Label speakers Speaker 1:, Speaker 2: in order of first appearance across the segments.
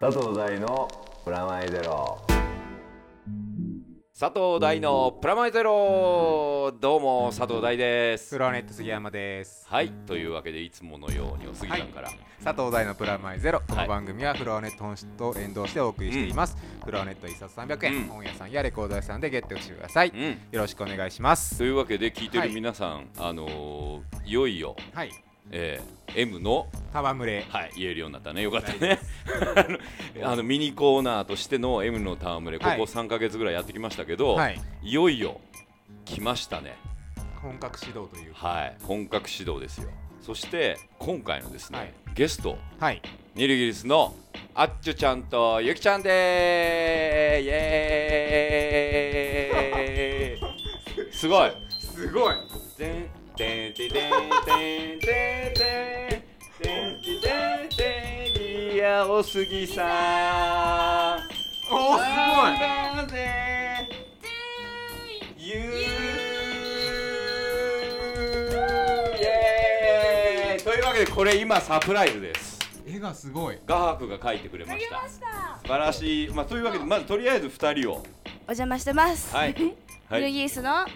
Speaker 1: 佐藤大のプラマイゼロ
Speaker 2: 佐藤大のプラマイゼロどうも佐藤大です
Speaker 3: プラネット杉山です
Speaker 2: はいというわけでいつものようにお杉さんから、
Speaker 3: 佐藤大のプラマイゼロこ
Speaker 2: は
Speaker 3: の
Speaker 2: い
Speaker 3: 番組はフロアネット本誌と連動してお送りしています、フロアネット一冊300円、
Speaker 2: うん
Speaker 3: 本屋さんやレコード屋さんでゲットしてください、
Speaker 2: う
Speaker 3: よ
Speaker 2: ん
Speaker 3: ろしくお願いします
Speaker 2: というわけで聞いて
Speaker 3: は
Speaker 2: る
Speaker 3: い
Speaker 2: 皆さん、あのーいよいよ、
Speaker 3: はい
Speaker 2: えー M の、
Speaker 3: 戯れ
Speaker 2: はい、言えるようになったねよかったね あのあのミニコーナーとしての M の戯れここ
Speaker 3: はい
Speaker 2: 3か月ぐらいやってきましたけど、
Speaker 3: はい
Speaker 2: いよいよ来ましたね
Speaker 3: 本格指導という
Speaker 2: はい本格始動ですよそして今回のですね、
Speaker 3: はい
Speaker 2: ゲスト
Speaker 3: はい
Speaker 2: ニルギリスのあっちゅちゃんとゆきちゃんでーイエーイすごい
Speaker 3: すごい
Speaker 2: てんてんてんてんてんてんてんてんてんてんてんいやおすぎさん
Speaker 3: おおす
Speaker 2: なんだぜゆうイエーイというわけでこれ今サプライズです
Speaker 3: ごい絵がすごい
Speaker 2: 画伯が書いてくれま
Speaker 4: あ
Speaker 2: し
Speaker 4: げ
Speaker 2: た
Speaker 4: ました。
Speaker 2: 素晴らしい、まあ、というわけでまずとりあえず2人を
Speaker 5: お邪魔してます。
Speaker 2: はい は
Speaker 5: フル
Speaker 2: い
Speaker 5: ギースのア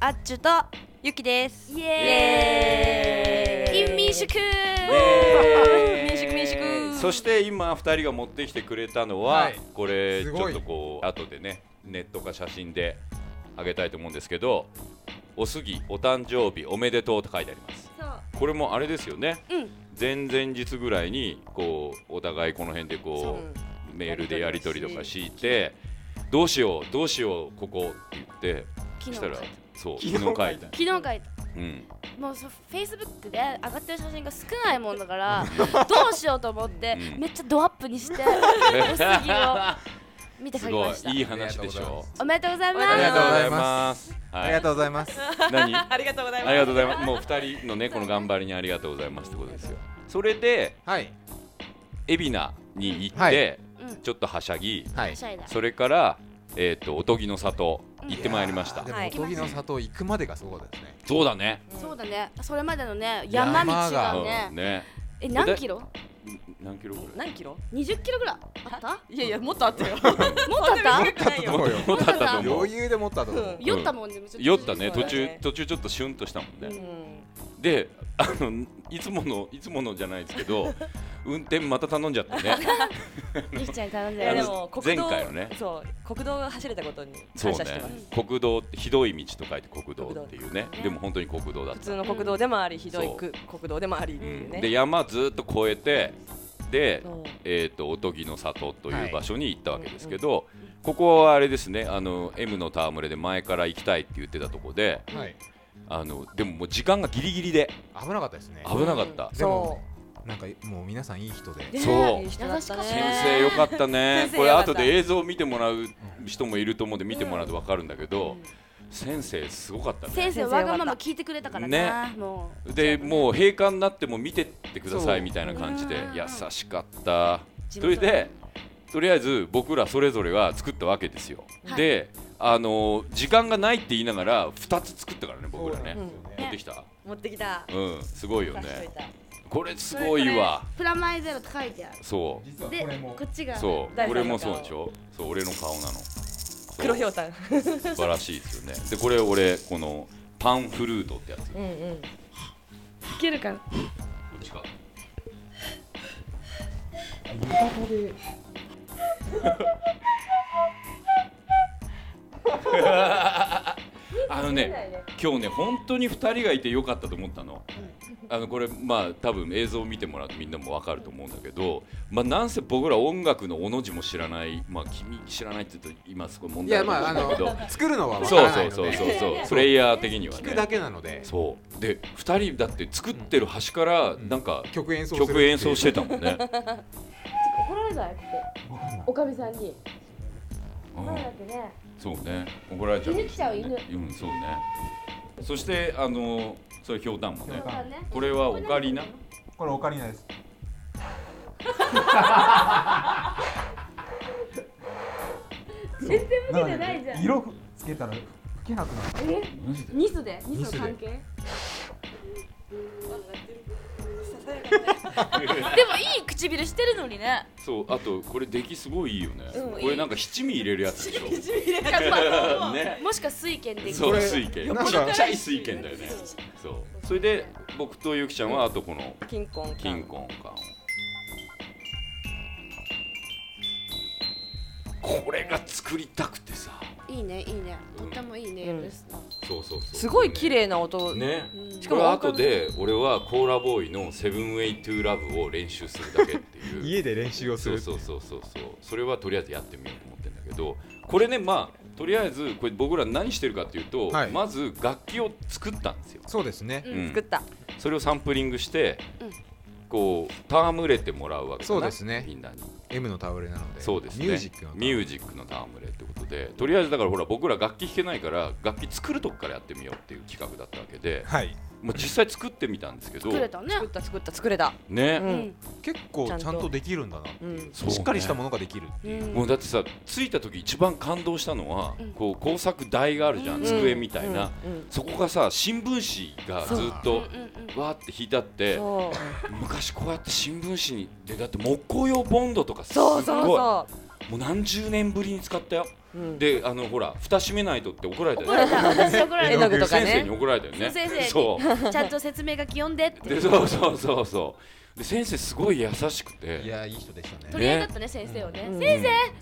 Speaker 5: ッチュとゆきです。
Speaker 4: イ
Speaker 5: エ
Speaker 4: エ
Speaker 5: ーイ
Speaker 4: ーイ。イン民宿。
Speaker 2: えー
Speaker 5: 民宿民宿
Speaker 2: そして今2人が持ってきてくれたのは、
Speaker 3: はい
Speaker 2: これち
Speaker 3: す
Speaker 2: ょ
Speaker 3: ご
Speaker 2: っ
Speaker 3: い
Speaker 2: とこう後でねネットか写真であげたいと思うんですけど「おすぎお誕生日おめでとう」と書いてあります
Speaker 4: そう。
Speaker 2: これもあれですよね
Speaker 5: うん。
Speaker 2: 前々日ぐらいにこうお互いこの辺でこうメールでやり取りとかしてどうしようどうしようここって言って
Speaker 4: 昨
Speaker 2: した
Speaker 4: 日書い
Speaker 2: ら
Speaker 4: た。昨
Speaker 2: そう
Speaker 3: 昨日
Speaker 2: 昨日書いた
Speaker 4: 日書いた。
Speaker 2: うん
Speaker 4: もうそフェイスブックで上がってる写真が少ないもんだからどうしようと思って
Speaker 2: うん
Speaker 4: めっちゃドアップにして おすぎを見て書
Speaker 2: す
Speaker 4: き
Speaker 2: ごい
Speaker 4: ました
Speaker 2: いい話でしょ
Speaker 4: おめでとうございま
Speaker 5: あ
Speaker 4: す
Speaker 5: りがとうござい
Speaker 2: ます
Speaker 3: あ
Speaker 2: あ
Speaker 3: りがと
Speaker 2: う
Speaker 3: うございます
Speaker 2: 何
Speaker 5: ありがとうござい
Speaker 2: ありがとうございますもう二人のねこの頑張りにありがとうございますってことですよそれで
Speaker 3: はい
Speaker 2: 海老名に行っ
Speaker 3: は
Speaker 2: て
Speaker 3: い
Speaker 4: うん
Speaker 2: ちょっとはしゃぎ
Speaker 3: はい
Speaker 4: おしゃれだ
Speaker 2: それからえっとおとぎの里行ってまいりました
Speaker 3: いや
Speaker 5: はい
Speaker 3: ーでもおとぎの里行くまでがすごかったですね
Speaker 2: そうだね
Speaker 4: そうだねそれまでのね山道が
Speaker 2: う
Speaker 4: ね
Speaker 2: んね
Speaker 4: え何キロ
Speaker 2: 何キロぐらい
Speaker 5: 何キロ？
Speaker 4: 20キロぐらいあ った
Speaker 5: いやいやもっと あったよ。
Speaker 4: もっとあった
Speaker 5: くない
Speaker 3: もっとあったと
Speaker 2: もっとあったと思う
Speaker 3: 余裕で持ったと思う
Speaker 5: うん
Speaker 4: 酔ったもんねちょと
Speaker 2: 酔ったね
Speaker 4: そ
Speaker 2: 途
Speaker 4: うだ
Speaker 2: 中
Speaker 5: ね
Speaker 2: 途中ちょっとシュンとしたもん
Speaker 5: う
Speaker 2: ね、
Speaker 5: ん。
Speaker 2: であのいつものいつものじゃないですけ ど運転また頼んじゃってね
Speaker 4: ゆきちゃんに頼ん
Speaker 5: い
Speaker 4: で
Speaker 5: や
Speaker 2: あの
Speaker 5: でも国道
Speaker 2: 前回のね
Speaker 5: そう国道が走れたことに
Speaker 2: そう
Speaker 5: 感謝して
Speaker 2: ね
Speaker 5: ます。
Speaker 2: 国道ってひどい道と書いて国道っていうね
Speaker 5: 国道
Speaker 2: でも本当に国道だっ
Speaker 5: 普
Speaker 2: た、
Speaker 5: 通の国道でもありひど
Speaker 2: そ
Speaker 5: いうく国道でもありって
Speaker 2: う
Speaker 5: いうんね。
Speaker 2: で山ずっと越えてで
Speaker 5: そう
Speaker 2: えー、とおとぎの里という場所に行ったわけですけど、
Speaker 5: んうん
Speaker 2: ここはあれですねあの M の戯れで前から行きたいって言ってたとこで
Speaker 3: はい
Speaker 2: あのでももう時間がギリギリで
Speaker 3: 危なかったですね
Speaker 2: 危なかった、
Speaker 3: でも
Speaker 5: そ
Speaker 3: なんかもう皆さんいい人で
Speaker 5: う。
Speaker 2: そう
Speaker 5: ねいい人だった
Speaker 4: 優しか
Speaker 5: ね
Speaker 2: 先生よかったね
Speaker 5: 先生
Speaker 2: これ
Speaker 5: よかった
Speaker 2: 後で映像を見てもらう人もいると思うんで見てもらうと分かるんだけど、先生すごかった
Speaker 4: 先
Speaker 2: ね
Speaker 4: 生わがまま聞いてくれたからねもう
Speaker 2: でもう閉館になっても見てってください
Speaker 3: そう
Speaker 2: みたいな感じで
Speaker 4: うん
Speaker 2: 優しかった
Speaker 4: 地
Speaker 2: そ
Speaker 4: 元
Speaker 2: れでとりあえず僕らそれぞれは作ったわけですよ、
Speaker 4: はい
Speaker 2: であの時間がないって言いながら2つ作ったからね僕らね
Speaker 3: そう
Speaker 2: 持ってきた
Speaker 5: 持ってきた。
Speaker 2: うんすごいよ
Speaker 5: 出しとい
Speaker 2: ね
Speaker 5: た。
Speaker 2: これすごいわ
Speaker 4: プラマイゼロって書いてある
Speaker 2: そ
Speaker 3: 実は
Speaker 4: でこっち
Speaker 2: う
Speaker 4: が
Speaker 2: そう
Speaker 5: 誰
Speaker 2: こ
Speaker 5: かの顔
Speaker 2: れもそうでしょそう俺の顔なのそう
Speaker 5: 黒ひょうたん。
Speaker 2: 素晴らしいですよねでこれ俺このパンフルートってやつこ
Speaker 5: うんうん。
Speaker 4: いけるかな
Speaker 2: っちか あのね今日ね本当に2人がいてよかったと思ったのあのこれまあ多分映像を見てもらうとみんなも分かると思うんだけど、まあ、なんせ僕ら音楽のおの字も知らないまあ君知らないって言うと今すごい問
Speaker 3: い
Speaker 2: 題
Speaker 3: や
Speaker 2: ある
Speaker 3: ま
Speaker 2: か
Speaker 3: ああ
Speaker 2: もしれないけど
Speaker 3: の作るのは分か
Speaker 2: そう
Speaker 3: らな
Speaker 2: そ
Speaker 3: いうの
Speaker 2: そう
Speaker 3: で
Speaker 2: そうそうプレイヤー的には
Speaker 3: 聞くだ
Speaker 2: ね
Speaker 3: けなので
Speaker 2: そうで2人だって作ってる端からなんか
Speaker 3: 曲演奏するって
Speaker 2: 曲演奏してたもん ね、
Speaker 4: 怒られないここおかみさんに
Speaker 2: うん
Speaker 4: ってね
Speaker 2: そうね怒られちゃう
Speaker 4: 犬来ちゃう犬
Speaker 2: うんそうねそしてあのそれひょうたんもね
Speaker 3: ひょうたん
Speaker 2: これはオカリナ
Speaker 3: これオカリナです
Speaker 4: 全然
Speaker 6: なので色つけたら吹けなくなる
Speaker 4: えニスでニスの関係でもいい唇してるのに ね
Speaker 2: そうあとこれ出来すごいいいよね、
Speaker 5: うん
Speaker 2: これなんか七味入れるやつでしょ
Speaker 4: やっぱ
Speaker 2: ね
Speaker 4: もしか水拳でき
Speaker 2: そう
Speaker 4: る
Speaker 2: 水拳
Speaker 3: なんか
Speaker 2: ちっちゃい水拳だよねそうそれで僕とゆきちゃんはあとこの
Speaker 5: 金婚
Speaker 2: 金婚感をこれが作りたくてさ
Speaker 4: いいねいいねとってもいいね、
Speaker 5: うん
Speaker 4: です
Speaker 2: そうそうそう
Speaker 5: すごい綺麗な音、
Speaker 2: ね
Speaker 5: し
Speaker 2: し
Speaker 5: か
Speaker 2: か
Speaker 5: も
Speaker 2: も後で俺はコーラボーイの「セブンウェイトゥーラブを練習するだけっていう
Speaker 3: 家で練習をす
Speaker 2: そう
Speaker 3: る
Speaker 2: そうそうそうそうそれはとりあえずやってみようと思ってるんだけどこれねまあとりあえずこれ僕ら何してるかっていうと、
Speaker 3: はい
Speaker 2: まず楽器を作ったんですよ、
Speaker 3: そうですね
Speaker 4: う
Speaker 2: うん
Speaker 4: ん
Speaker 5: 作った
Speaker 2: それをサンプリングして、
Speaker 4: うん
Speaker 2: こう戯れてもらうわけだな
Speaker 3: そうですね
Speaker 2: みんなに
Speaker 3: M の倒れなので
Speaker 2: そうですね
Speaker 3: ミュージックの
Speaker 2: ミュージックの戯れってことでとりあえずだからほら僕ら楽器弾けないから楽器作るとこからやってみようっていう企画だったわけで、
Speaker 3: はい
Speaker 2: まあ、実際作ってみたんですけど
Speaker 4: 作れたね
Speaker 5: 作った作った作れた
Speaker 2: ね、
Speaker 5: う
Speaker 4: うんん、
Speaker 3: 結構ちゃん
Speaker 5: ちゃんと
Speaker 3: とできるんだなっていう
Speaker 5: うん
Speaker 2: そうね
Speaker 3: しっかりしたものができるっていう
Speaker 2: もうだってさ着いた時一番感動したのは、こう工作台があるじゃん、
Speaker 4: うん
Speaker 2: 机みたいな、
Speaker 5: うんうん
Speaker 2: そこがさ新聞紙がずっ
Speaker 4: うんう
Speaker 2: と
Speaker 4: んうん
Speaker 2: わーって引いてあって
Speaker 5: そう
Speaker 2: 昔こうやって新聞紙にでだって木工用ボンドとかすご
Speaker 5: そ
Speaker 2: いう
Speaker 5: そ
Speaker 2: もう何十年ぶりに使ったよ
Speaker 5: うそう、うん、
Speaker 2: であのほら蓋閉めないとって怒られた
Speaker 4: 怒られた 私怒られ
Speaker 5: 絵の具
Speaker 4: た
Speaker 5: とか
Speaker 2: 先生に
Speaker 5: ね
Speaker 2: 怒られたよね
Speaker 4: 先生に
Speaker 2: そう
Speaker 4: ちゃんと説明書き読んでって
Speaker 2: でそうそうそうそうで先生すごい優しくて
Speaker 3: いやいい人でしたね
Speaker 4: 取り上げったね先生をね、
Speaker 5: うん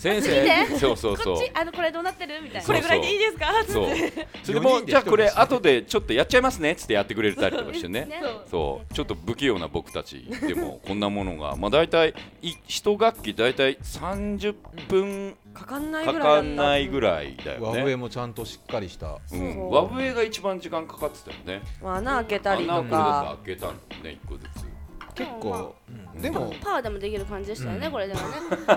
Speaker 4: 先
Speaker 2: 先
Speaker 4: あ
Speaker 2: 生そうそう
Speaker 4: 生
Speaker 2: そ
Speaker 4: こ
Speaker 2: う
Speaker 4: っちあのこれどうなってるみたいな
Speaker 2: そう
Speaker 5: これぐらいでいいですかつっ
Speaker 2: そう
Speaker 5: て。
Speaker 2: それでも
Speaker 3: 四人
Speaker 2: う
Speaker 3: で
Speaker 2: じゃあこれ
Speaker 3: 一人ですね
Speaker 2: 後でちょっとやっちゃいますねっつってやってくれたりとかしてね。
Speaker 4: ね
Speaker 2: そうちょっと不器用な僕たちでもこんなものがまあ大体い一学期大体30分
Speaker 5: かかんないぐ
Speaker 2: から
Speaker 5: い
Speaker 2: かんないぐ
Speaker 5: らい
Speaker 2: らいだよ
Speaker 3: 和笛
Speaker 2: ね。
Speaker 3: もちゃんとしっかりした
Speaker 2: うん、和笛が一番時間かかってたよね。
Speaker 5: まあ穴開けたり
Speaker 2: 穴
Speaker 5: と
Speaker 2: をこれだ
Speaker 5: か
Speaker 2: け開けたのね一個ず
Speaker 3: 結構うんでも
Speaker 4: パーでもできる感じでしたよね、
Speaker 3: うん
Speaker 4: これでもね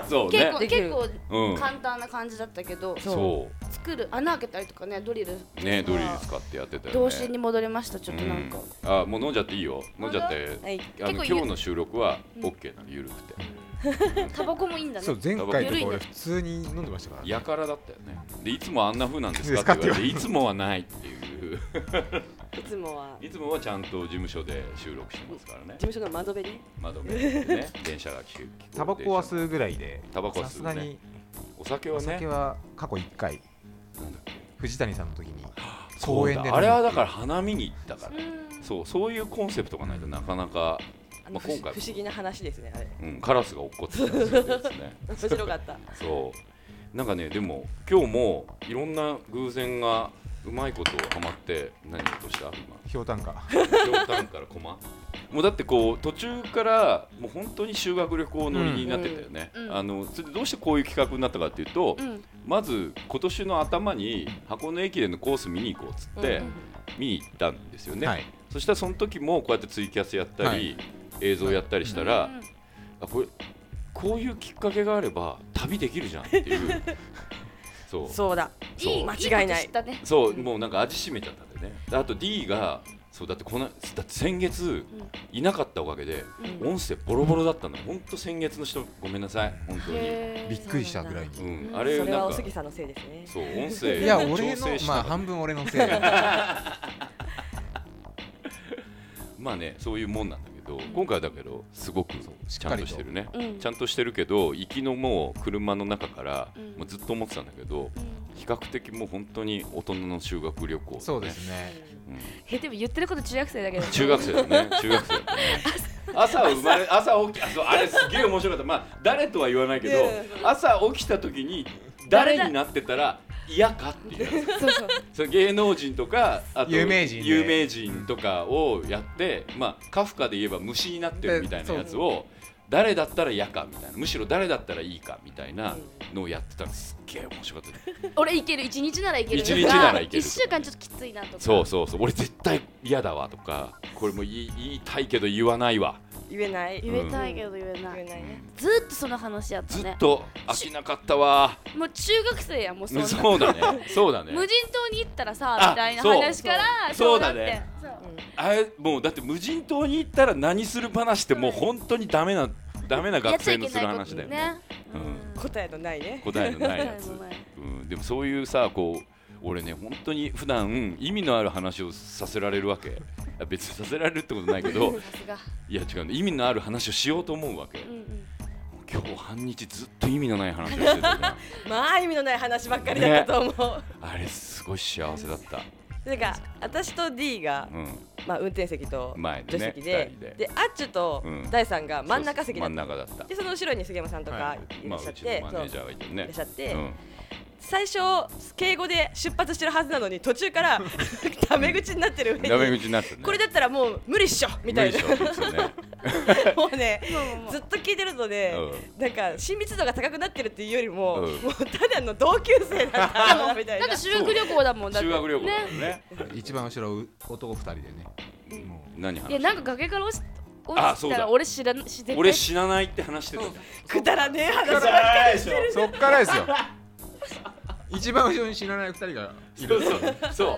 Speaker 2: つ。そう
Speaker 4: 結
Speaker 2: ね
Speaker 4: 構。
Speaker 5: できる
Speaker 4: 結構
Speaker 2: うん。
Speaker 4: 簡単な感じだったけど、
Speaker 2: そ
Speaker 4: 作る穴開けたりとかねドリル
Speaker 2: うねドリル使ってやってたよね。
Speaker 4: 童心に戻りましたちょっとなんか、
Speaker 2: うん、あもう飲んじゃっていいよ。飲んじゃって。
Speaker 5: はい
Speaker 2: あの
Speaker 4: 結構ゆ
Speaker 2: 今日の収録はオッケーなの緩くて。
Speaker 4: タバコもいいんだね
Speaker 3: そう前回と
Speaker 4: 緩
Speaker 3: か
Speaker 4: いね
Speaker 3: 俺普通に飲んでましたからね
Speaker 2: やからだったよねでいつもあんな風なんですかって言われていつもはないっていう
Speaker 5: いつもはい
Speaker 2: つもはちゃんと事務所で収録してますからね
Speaker 5: 事務所の窓辺に
Speaker 2: 窓辺で ね電車が聞く聞こえて
Speaker 3: タバコは吸うぐらいで
Speaker 2: タバコは
Speaker 3: さ
Speaker 2: 吸
Speaker 3: す
Speaker 2: うね
Speaker 3: がに
Speaker 2: お酒は
Speaker 3: お
Speaker 2: ね
Speaker 3: 酒は過去1回
Speaker 2: なんだっけ
Speaker 3: 藤谷さんの時に
Speaker 2: そ
Speaker 3: 公
Speaker 2: う
Speaker 3: 園
Speaker 2: だ
Speaker 3: で
Speaker 2: あれはだから花見に行ったから、
Speaker 4: うん
Speaker 2: そうそういうコンセプトがないとなかなか、
Speaker 5: あの
Speaker 2: まあ
Speaker 5: 不思
Speaker 2: 今回
Speaker 5: 不思議な話ですねあれ
Speaker 2: うん、カラスが落っこってたりするんですね
Speaker 5: 面白かった
Speaker 2: そうなんかねでも今日もいろんな偶然がうまいことハマって何をとした今
Speaker 3: ひょうたんか
Speaker 2: ひょうたんから駒もうだってこう途中からもう本当に修学旅行乗りになってたよね、
Speaker 4: うんうん
Speaker 2: あのそれでどうしてこういう企画になったかっていうと、
Speaker 4: うん
Speaker 2: まず今年の頭に箱根駅伝のコース見に行こうっつって、
Speaker 5: うんうん
Speaker 2: 見に行ったんですよね、
Speaker 3: はい
Speaker 2: そしたらその時もこうやってツイキャスやったり、
Speaker 3: はい
Speaker 2: 映像やったりした
Speaker 4: う
Speaker 2: ら、
Speaker 4: ん
Speaker 2: あこれこういうきっかけがあれば旅できるじゃんっていう そう
Speaker 5: そうだ
Speaker 2: そう
Speaker 5: 間違いない
Speaker 4: いこと知ったね
Speaker 2: そう、もうなんか味しめちゃったんだよね。であと D が、そうだってこのだって先月いなかったおかげで、
Speaker 4: うん
Speaker 2: 音声ボロボロだったの。本当先月の人ごめんなさい、本当に。
Speaker 4: へー
Speaker 3: びっくりしたぐらいに
Speaker 2: うん、
Speaker 4: うん
Speaker 2: あれ
Speaker 5: そ
Speaker 2: なん
Speaker 5: れはお
Speaker 2: か
Speaker 5: すぎさんのせいですね
Speaker 2: そう音声
Speaker 3: いや俺の
Speaker 2: 調整した
Speaker 3: まあ
Speaker 2: の
Speaker 3: 半分俺のせいだ
Speaker 2: まあねそういうもんなんだけど、今回だけどすごく
Speaker 3: そうしっ
Speaker 2: ちゃ
Speaker 3: か
Speaker 2: ん
Speaker 3: り
Speaker 2: と
Speaker 3: と
Speaker 2: してるね。
Speaker 4: うん
Speaker 2: ちゃんとしてるけど行きのもう車の中から、
Speaker 4: うん
Speaker 2: もうずっと思ってたんだけど、
Speaker 4: うん
Speaker 2: 比較的もう本当に大人の修学旅行、
Speaker 3: そうですね
Speaker 2: うん
Speaker 4: えでも言ってること中学生だけど
Speaker 2: 中学生だね中学生だね朝生まれ朝起きあそうあれすげえ面白かったまあ誰とは言わないけど
Speaker 5: ね
Speaker 2: 朝起きた時に誰になってたら嫌かっていうや
Speaker 4: そうそう
Speaker 2: つそれ芸能人とかあと
Speaker 3: 有名人ね
Speaker 2: 有名人とかをやってまあカフカで言えば虫になってるみたいなやつを誰だったら嫌かみたいなむしろ誰だったらいいかみたいなのをやってたらすっげえ面白かった
Speaker 4: 俺いける一日ならいける
Speaker 2: 一日ならいける
Speaker 4: 一週間ちょっときついなとか
Speaker 2: そうそうそう俺絶対嫌だわとかこれも言い言いたいけど言わないわ
Speaker 5: 言えない
Speaker 4: 言えたいけど言え
Speaker 5: 言
Speaker 4: な
Speaker 5: え
Speaker 4: い
Speaker 5: ないね
Speaker 4: ずーっとその話やった
Speaker 2: ず
Speaker 4: ね
Speaker 2: っと飽きなかったわ
Speaker 4: もう中学生やんもうそんな
Speaker 2: そうだね そうだね
Speaker 4: 無人島に行ったら
Speaker 2: あ
Speaker 4: さみたいな
Speaker 2: そう
Speaker 4: 話から
Speaker 2: そう
Speaker 4: な
Speaker 2: だ
Speaker 4: って
Speaker 2: ね
Speaker 4: そう
Speaker 2: あれもうだって無人島に行ったら何する話ってもう本当にダメなダメな
Speaker 4: やっ
Speaker 2: 学
Speaker 4: ち
Speaker 2: 生
Speaker 4: ゃい
Speaker 2: の
Speaker 4: け
Speaker 2: する
Speaker 4: ないこ
Speaker 2: 話
Speaker 4: と
Speaker 2: だよね
Speaker 4: ね
Speaker 2: うん
Speaker 5: 答えのないね
Speaker 2: 答えのないやつ、うん、でもそういうさこう俺ね本当に普段意味のある話をさせられるわけあ別にさせられるってことないけ ど
Speaker 4: さすが
Speaker 2: いや違うね意味のある話をしようと思うわけ
Speaker 4: うんうん
Speaker 2: 今日半日ずっと意味のない話をしてた な
Speaker 5: まあ意味のない話ばっかりだったと思う、
Speaker 2: あれすごい幸せだった
Speaker 5: なんか私と D が、
Speaker 2: うん
Speaker 5: まあ、運転席と
Speaker 2: 前で
Speaker 5: 助手
Speaker 2: ね
Speaker 5: 席で,、
Speaker 2: 二人で
Speaker 5: であっちゅと
Speaker 2: うん
Speaker 5: 大さんが真ん中席だ
Speaker 2: 真
Speaker 5: っ
Speaker 2: ん
Speaker 5: た、
Speaker 2: 中だった
Speaker 5: でその後ろに杉山さんと
Speaker 3: は
Speaker 5: かい
Speaker 2: ま
Speaker 5: ら
Speaker 2: あ
Speaker 5: っしゃ
Speaker 2: う
Speaker 5: っ
Speaker 2: ちの
Speaker 5: て、
Speaker 2: マ
Speaker 5: そ
Speaker 2: ネ
Speaker 5: う
Speaker 2: ージャーがいて
Speaker 5: い
Speaker 2: ね
Speaker 5: らっしゃって、
Speaker 2: うん
Speaker 5: 最初敬語で出発してるはずなのに途中から タメ口になってる
Speaker 2: ダ
Speaker 5: 上
Speaker 2: メ
Speaker 5: に
Speaker 2: 口になってね
Speaker 5: これだったらもう無理っしょみたいな
Speaker 2: 無理でしょそうね
Speaker 5: もうね
Speaker 4: まあまあまあ
Speaker 5: ずっと聞いてるので、なんか親密度が高くなってるっていうよりも、
Speaker 2: うん
Speaker 5: もうただの同級生だったなみたい
Speaker 4: だっ
Speaker 5: な
Speaker 4: て修学旅行だもんだって
Speaker 2: 修学旅行だもん
Speaker 4: ね
Speaker 2: ね
Speaker 3: 一番後ろう男二人でねも
Speaker 2: 何
Speaker 4: いや
Speaker 2: 話
Speaker 4: なんか崖から落ち
Speaker 2: あ
Speaker 4: 落
Speaker 2: そ
Speaker 4: ち
Speaker 2: う
Speaker 4: た
Speaker 2: だ
Speaker 4: ら俺知らんし
Speaker 2: 俺知らないって話してたじゃん
Speaker 5: くだらねえ話
Speaker 3: うそっからですよ一番後ろに知らない二人が
Speaker 2: そうそう
Speaker 4: そ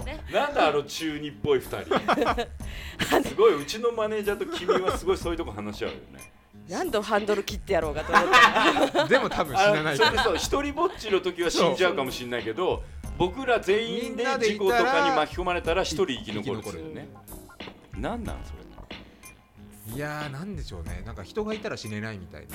Speaker 4: う
Speaker 2: そ
Speaker 4: ね
Speaker 2: うなんだあの中二っぽい2人すごいうちのマネージャーと君はすごいそういうとこ話し合うよね
Speaker 5: 何度ハンドル切ってやろうかと思って
Speaker 3: でも多分知
Speaker 2: あ
Speaker 3: らない
Speaker 2: のそれそう一人ぼっちの時は死んじゃうかもしれないけど僕ら全員
Speaker 3: みん
Speaker 2: で
Speaker 3: なで
Speaker 2: 事
Speaker 3: いた
Speaker 2: 故
Speaker 3: ら
Speaker 2: とかに巻き込まれたら一人生き残る
Speaker 3: 生
Speaker 2: んで
Speaker 3: き
Speaker 2: す
Speaker 3: 残
Speaker 2: よ
Speaker 3: る
Speaker 2: ねなんなんそれ
Speaker 3: いやーなんでしょうねなんか人がいたら死ねないみたい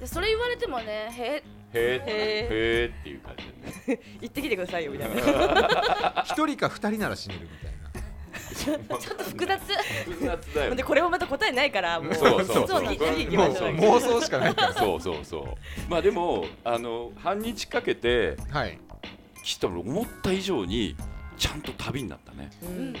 Speaker 3: な
Speaker 4: それ言われてもねへ
Speaker 2: へーって
Speaker 5: へ
Speaker 2: へーっていう感じでね
Speaker 5: 行ってきてくださいよみたいな
Speaker 3: 一人か二人なら死ねるみたいな
Speaker 4: ちょっと複雑
Speaker 2: 複雑だよ
Speaker 5: で
Speaker 2: ね
Speaker 5: これもまた答えないからもう
Speaker 2: そうそう
Speaker 5: そう
Speaker 2: そう
Speaker 5: 次次行きましょう
Speaker 3: もう妄想しかないから
Speaker 2: そうそうそうまあでもあの半日かけて
Speaker 3: はい
Speaker 2: きっと俺思った以上にちゃんと旅になったね、
Speaker 5: う
Speaker 4: うんん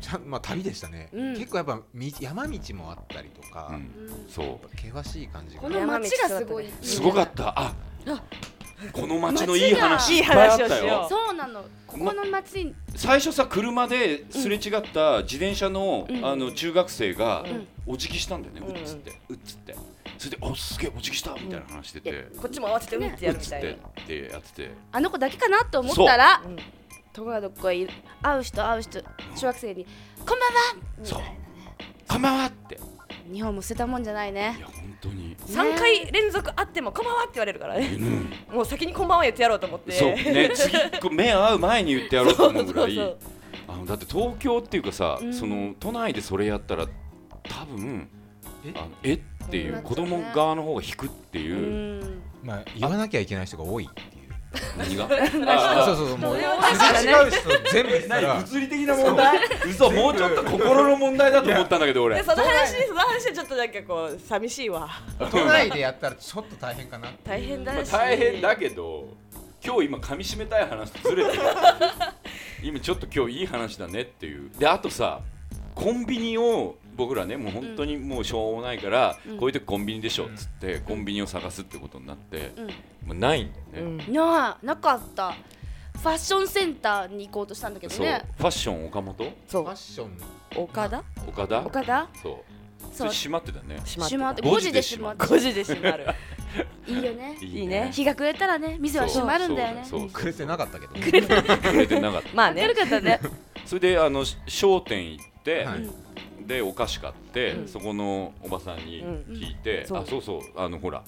Speaker 3: ちゃんまあ旅でしたね、
Speaker 4: うん
Speaker 3: 結構やっぱ道山道もあったりとか、
Speaker 2: う
Speaker 3: やっ
Speaker 2: ん、そう
Speaker 3: ぱ険しい感じが
Speaker 4: この街がすごいいいね
Speaker 2: すごかった。あ、この街のいい話
Speaker 5: い
Speaker 2: い
Speaker 5: い
Speaker 2: っぱいあっ
Speaker 5: 話を
Speaker 2: た
Speaker 5: しよ
Speaker 2: よ。
Speaker 4: そうなのここの街に
Speaker 2: 最初さ車ですれ違った自転車の、
Speaker 4: うん
Speaker 2: あの中学生が
Speaker 5: うん
Speaker 2: お辞儀したんだよね。
Speaker 5: うん
Speaker 2: うっつってうっつって。それであすげえお辞儀したみたいな話してて。う
Speaker 5: うこっちも慌ててうんってや
Speaker 2: っ
Speaker 5: るみ
Speaker 2: つった
Speaker 5: いな
Speaker 2: てってやってて。
Speaker 4: あの子だけかなと思ったら
Speaker 5: うん
Speaker 4: ところどっこい会う人会う人小学生に「こんばんは!み
Speaker 2: そ
Speaker 4: た
Speaker 2: う
Speaker 4: いな」。
Speaker 2: こんばんはって。い
Speaker 4: 日本も捨てたもんじゃないね
Speaker 2: や本当に。
Speaker 5: 3回連続会っても「こんばんは」って言われるからね
Speaker 2: うん
Speaker 5: もう先に「こんばんは」言ってやろうと思って
Speaker 2: そうね次こう目合う前に言ってやろうと思うぐらい
Speaker 5: そうそう
Speaker 2: あのだって東京っていうかさ、
Speaker 4: うん
Speaker 2: その都内でそれやったら多分
Speaker 3: え
Speaker 2: あのえっていう
Speaker 4: うん
Speaker 2: 子供側の方が引くって
Speaker 4: う
Speaker 2: いう、
Speaker 4: ん
Speaker 3: まあ、言わなきゃいけない人が多いっていう
Speaker 2: 何 が
Speaker 3: あ
Speaker 2: あ
Speaker 3: そう
Speaker 2: あ
Speaker 3: そうそうもう
Speaker 5: それは
Speaker 3: 全然違う人全部言った
Speaker 2: 何
Speaker 3: ら
Speaker 2: 物理的な 問題嘘もうちょっと心の問題だと思ったんだけど
Speaker 5: で
Speaker 2: 俺
Speaker 5: その話その話はちょっとなんかこう寂しいわ
Speaker 3: 都内でやったらちょっと大変かな
Speaker 5: 大変
Speaker 2: まあ
Speaker 5: だし
Speaker 2: 大変だけど今日今噛み締めたい話とずれてる 今ちょっと今日いい話だねっていうであとさコンビニを僕らねもう本当にもうしょうもないから、
Speaker 4: うん
Speaker 2: こういう時コンビニでしょっつってコンビニを探すってことになって、
Speaker 4: うん
Speaker 2: もうないんだよね、
Speaker 5: うん
Speaker 4: なあなかったファッションセンターに行こうとしたんだけど
Speaker 2: そう
Speaker 4: ね
Speaker 2: ファッション岡本
Speaker 5: そ
Speaker 3: ファッ
Speaker 5: う
Speaker 3: ション
Speaker 5: 岡田
Speaker 2: 岡田
Speaker 4: 岡田
Speaker 2: そうそ
Speaker 4: そ
Speaker 2: れ
Speaker 4: う
Speaker 2: 閉まってたね
Speaker 5: 閉
Speaker 4: 閉まって
Speaker 2: 5時
Speaker 4: 5
Speaker 2: で
Speaker 4: 時
Speaker 2: 閉
Speaker 4: で閉
Speaker 2: ま
Speaker 4: ま
Speaker 2: っ
Speaker 4: ってて
Speaker 5: 5時で閉まる
Speaker 4: いい よね
Speaker 2: い
Speaker 5: いいね
Speaker 4: 日が暮れたらね店は閉まるんだよね
Speaker 2: そうそう
Speaker 3: くれてなかったけど
Speaker 2: くれてなかった
Speaker 5: まあ
Speaker 4: 明
Speaker 5: ね
Speaker 4: るかったね
Speaker 2: それであのし商店行って、
Speaker 3: はい
Speaker 2: でお菓子買って、
Speaker 5: うん
Speaker 2: そこのおばさんに聞いて、
Speaker 5: うん
Speaker 2: あそうそうあのほら、